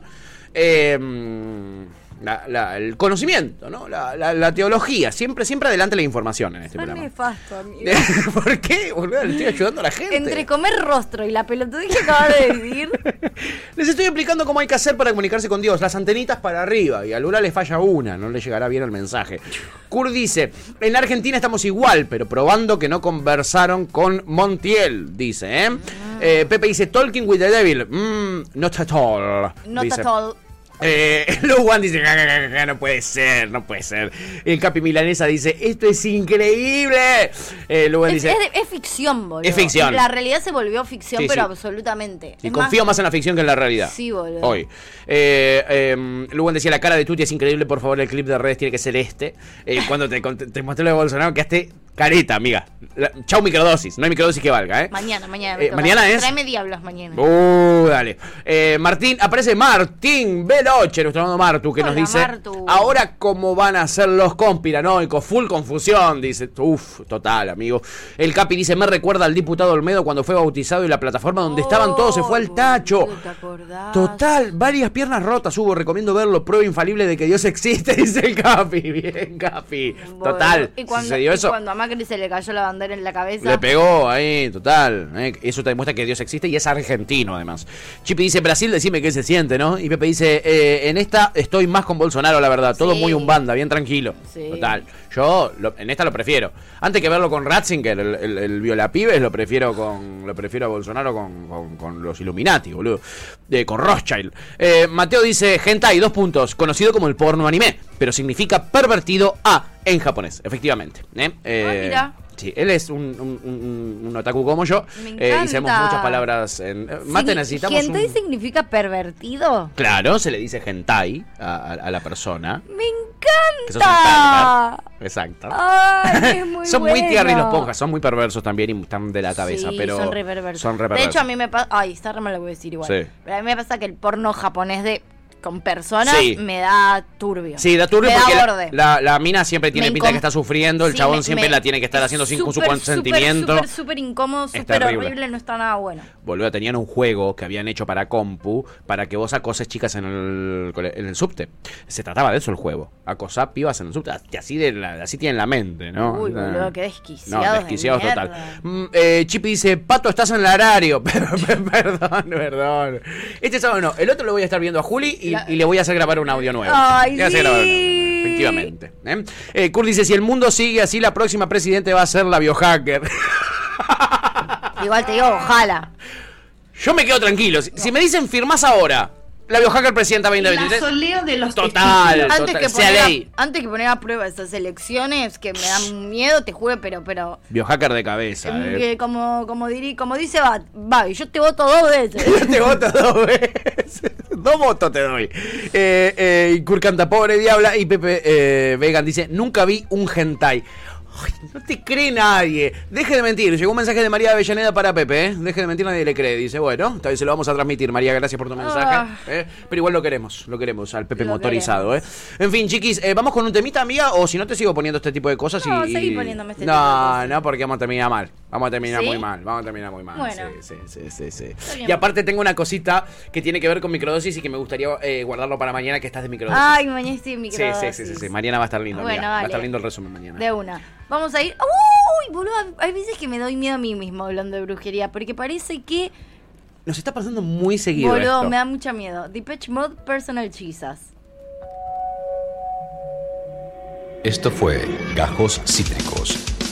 Speaker 2: Eh, mm, la- la- el conocimiento, ¿no? La, la- la teología. Siempre, siempre adelante la información en este
Speaker 3: Son
Speaker 2: programa.
Speaker 3: nefasto, amigo.
Speaker 2: ¿Por qué? boludo? Le estoy ayudando a la gente.
Speaker 3: Entre comer rostro y la pelotudez que acabas de decir.
Speaker 2: Les estoy explicando cómo hay que hacer para comunicarse con Dios. Las antenitas para arriba. Y a Lula le falla una. No le llegará bien el mensaje. Kur dice: En la Argentina estamos igual, pero probando que no conversaron con Montiel. Dice, ¿eh? Eh, Pepe dice: Talking with the devil. Mm, not at all.
Speaker 15: No
Speaker 2: dice.
Speaker 15: está todo.
Speaker 2: Eh, Lou Wan dice, "Ja, ja, ja, ja, ja, no puede ser, no puede ser. El Capi Milanesa dice, esto es increíble. Eh, Lou Wan
Speaker 15: Es,
Speaker 2: dice,
Speaker 15: es de- es ficción, boludo.
Speaker 2: Es ficción.
Speaker 15: La realidad se volvió ficción,
Speaker 2: Sí,
Speaker 15: pero
Speaker 2: sí.
Speaker 15: absolutamente.
Speaker 2: Y
Speaker 15: Es
Speaker 2: confío más en la ficción que en la realidad.
Speaker 15: Sí, boludo.
Speaker 2: Hoy. Eh, eh, Lugan decía, la cara de Tuti es increíble, por favor, el clip de redes tiene que ser este. Eh, cuando te, cont- te mostré lo de Bolsonaro, quedaste careta, amiga. La- chau microdosis, no hay microdosis que valga, ¿eh?
Speaker 15: Mañana, mañana. me
Speaker 2: Eh,
Speaker 15: toca.
Speaker 2: mañana es-
Speaker 15: Tráeme diablos mañana.
Speaker 2: Uh, dale. Eh, Martín, aparece Martín Veloche, nuestro hermano Martu, que nos
Speaker 15: Hola,
Speaker 2: dice.
Speaker 15: Martu.
Speaker 2: Ahora, ¿cómo van a ser los conspiranoicos? Full confusión, dice. Uf, total, amigo. El Capi dice: Me recuerda al diputado Olmedo cuando fue bautizado y la plataforma donde estaban todos se fue
Speaker 15: Oh,
Speaker 2: al tacho. Total, varias piernas rotas hubo. Recomiendo verlo. Prueba infalible de que Dios existe, dice el Capi. Bien, Capi.
Speaker 15: Boludo.
Speaker 2: Total.
Speaker 15: Y cuando,
Speaker 2: sucedió
Speaker 15: y
Speaker 2: eso.
Speaker 15: cuando a Macri se le cayó la bandera en la cabeza.
Speaker 2: Le pegó ahí, total. eh, Eso te demuestra que Dios existe y es argentino además. Chipi dice, Brasil, decime qué se siente, ¿no? Y Pepe dice, eh, en esta estoy más con Bolsonaro, la verdad. Todo
Speaker 15: Sí.
Speaker 2: muy un banda, bien tranquilo.
Speaker 15: Sí.
Speaker 2: Total. Yo lo- en esta lo prefiero. Antes que verlo con Ratzinger, el, el, el violapibes, lo prefiero con. Lo prefiero a Bolsonaro con, con- con los Illuminati, boludo. Eh, con Rothschild. Eh, Mateo dice, Hentai, dos puntos. Conocido como el porno anime, pero significa pervertido a en japonés, efectivamente. ¿eh? Eh,
Speaker 15: mira.
Speaker 2: Sí, él es un, un- un- un otaku como yo.
Speaker 15: Me
Speaker 2: eh, y sabemos
Speaker 15: encanta.
Speaker 2: muchas palabras en. eh, Mate,
Speaker 15: Signi-
Speaker 2: necesitamos.
Speaker 15: ¿Hentai
Speaker 2: un-
Speaker 15: significa pervertido?
Speaker 2: Claro, se le dice hentai a, a- a la persona.
Speaker 15: ¡Me
Speaker 2: Que sos un perver.
Speaker 15: encanta!
Speaker 2: Exacto.
Speaker 15: ¡Ay, es muy
Speaker 2: son muy tiernos los
Speaker 15: bueno.
Speaker 2: ponjas, son muy perversos también y están de la cabeza,
Speaker 15: Sí,
Speaker 2: pero
Speaker 15: son re perversos.
Speaker 2: son re
Speaker 15: De hecho,
Speaker 2: perversos.
Speaker 15: a mí me pasa. Ay, está re mal lo que voy a decir igual.
Speaker 2: Sí.
Speaker 15: Pero a mí me pasa que el porno japonés de con personas
Speaker 2: Sí.
Speaker 15: me da turbio.
Speaker 2: Sí, da turbio
Speaker 15: me
Speaker 2: porque
Speaker 15: da
Speaker 2: la-
Speaker 15: borde.
Speaker 2: la, la mina siempre tiene
Speaker 15: Me
Speaker 2: pinta de que
Speaker 15: incom-
Speaker 2: está sufriendo, el
Speaker 15: Sí,
Speaker 2: chabón
Speaker 15: me-
Speaker 2: siempre
Speaker 15: me-
Speaker 2: la tiene que estar haciendo sin con su
Speaker 15: Súper,
Speaker 2: consentimiento.
Speaker 15: Súper, súper, súper incómodo, súper
Speaker 2: terrible.
Speaker 15: horrible, no está nada bueno.
Speaker 2: Boluda, tenían un juego que habían hecho para compu para que vos acoses chicas en el, cole- en el subte. Se trataba de eso el juego. Acosar pibas en el subte. Así- Así, de la, así tienen la mente, ¿no?
Speaker 15: Uy, boludo, qué
Speaker 2: que
Speaker 15: desquiciados
Speaker 2: No,
Speaker 15: de
Speaker 2: desquiciados
Speaker 15: mierda.
Speaker 2: total. Mm, eh, Chipi dice, Pato, estás en el horario. perdón, perdón. Este sábado no. El otro lo voy a estar viendo a Juli y, y le voy a hacer grabar un audio nuevo.
Speaker 15: Ay,
Speaker 2: Le voy a hacer
Speaker 15: sí.
Speaker 2: grabar un audio nuevo, Efectivamente. ¿eh? Eh, Kurt dice, si el mundo sigue así, la próxima presidente va a ser la biohacker.
Speaker 15: Igual te digo, ojalá.
Speaker 2: Yo me quedo tranquilo. Si, si me dicen firmás ahora, la biohacker presidenta 2023.
Speaker 15: de los
Speaker 2: Total,
Speaker 15: antes
Speaker 2: total,
Speaker 15: que,
Speaker 2: sea
Speaker 15: poner a,
Speaker 2: ley.
Speaker 15: antes que poner a prueba esas elecciones que me dan miedo, te juro, pero, pero em,
Speaker 2: Biohacker de cabeza, eh.
Speaker 15: que como, como, diri- como dice Bat- Babi, yo te voto dos
Speaker 3: Este
Speaker 15: veces.
Speaker 2: Yo te Este voto dos veces. Dos votos te doy. Eh, eh, y Kurt canta, pobre diabla. Y Pepe eh, Vegan dice, nunca vi un hentai. Ay, no te cree nadie. Deje de mentir. Llegó un mensaje de María Avellaneda para Pepe. ¿eh? Deje de mentir, nadie le cree. Dice, bueno, tal vez se lo vamos a transmitir, María. Gracias por tu mensaje.
Speaker 3: Ah.
Speaker 2: ¿eh? Pero igual lo queremos, lo queremos al Pepe
Speaker 3: Lo
Speaker 2: motorizado. ¿eh? En fin, chiquis, eh, vamos con un temita, amiga. O si no, te sigo poniendo este tipo de cosas.
Speaker 3: No,
Speaker 2: y,
Speaker 3: seguí
Speaker 2: y-
Speaker 3: poniéndome este
Speaker 2: no,
Speaker 3: tipo de cosas.
Speaker 2: No, porque vamos a terminar mal. Vamos a terminar
Speaker 3: ¿Sí?
Speaker 2: muy mal. Vamos a terminar muy mal.
Speaker 3: Bueno.
Speaker 2: Sí, sí, sí, sí, sí.
Speaker 3: bien.
Speaker 2: Y aparte, tengo una cosita que tiene que ver con microdosis y que me gustaría eh, guardarlo para mañana, que estás de microdosis.
Speaker 3: Ay, mañana estoy en
Speaker 2: Sí, sí, sí,
Speaker 3: microdosis.
Speaker 2: sí, sí. Mañana va a estar lindo.
Speaker 3: Bueno,
Speaker 2: amiga. Va a
Speaker 3: dale.
Speaker 2: estar lindo el resumen mañana.
Speaker 3: De una. Vamos a ir. ¡Uy, boludo! Hay veces que me doy miedo a mí mismo hablando de brujería, porque parece que,
Speaker 2: Nos está pasando muy seguido.
Speaker 3: boludo,
Speaker 2: esto.
Speaker 3: me da mucha miedo. Depeche Mode Personal Jesus.
Speaker 1: Esto fue Gajos Cítricos.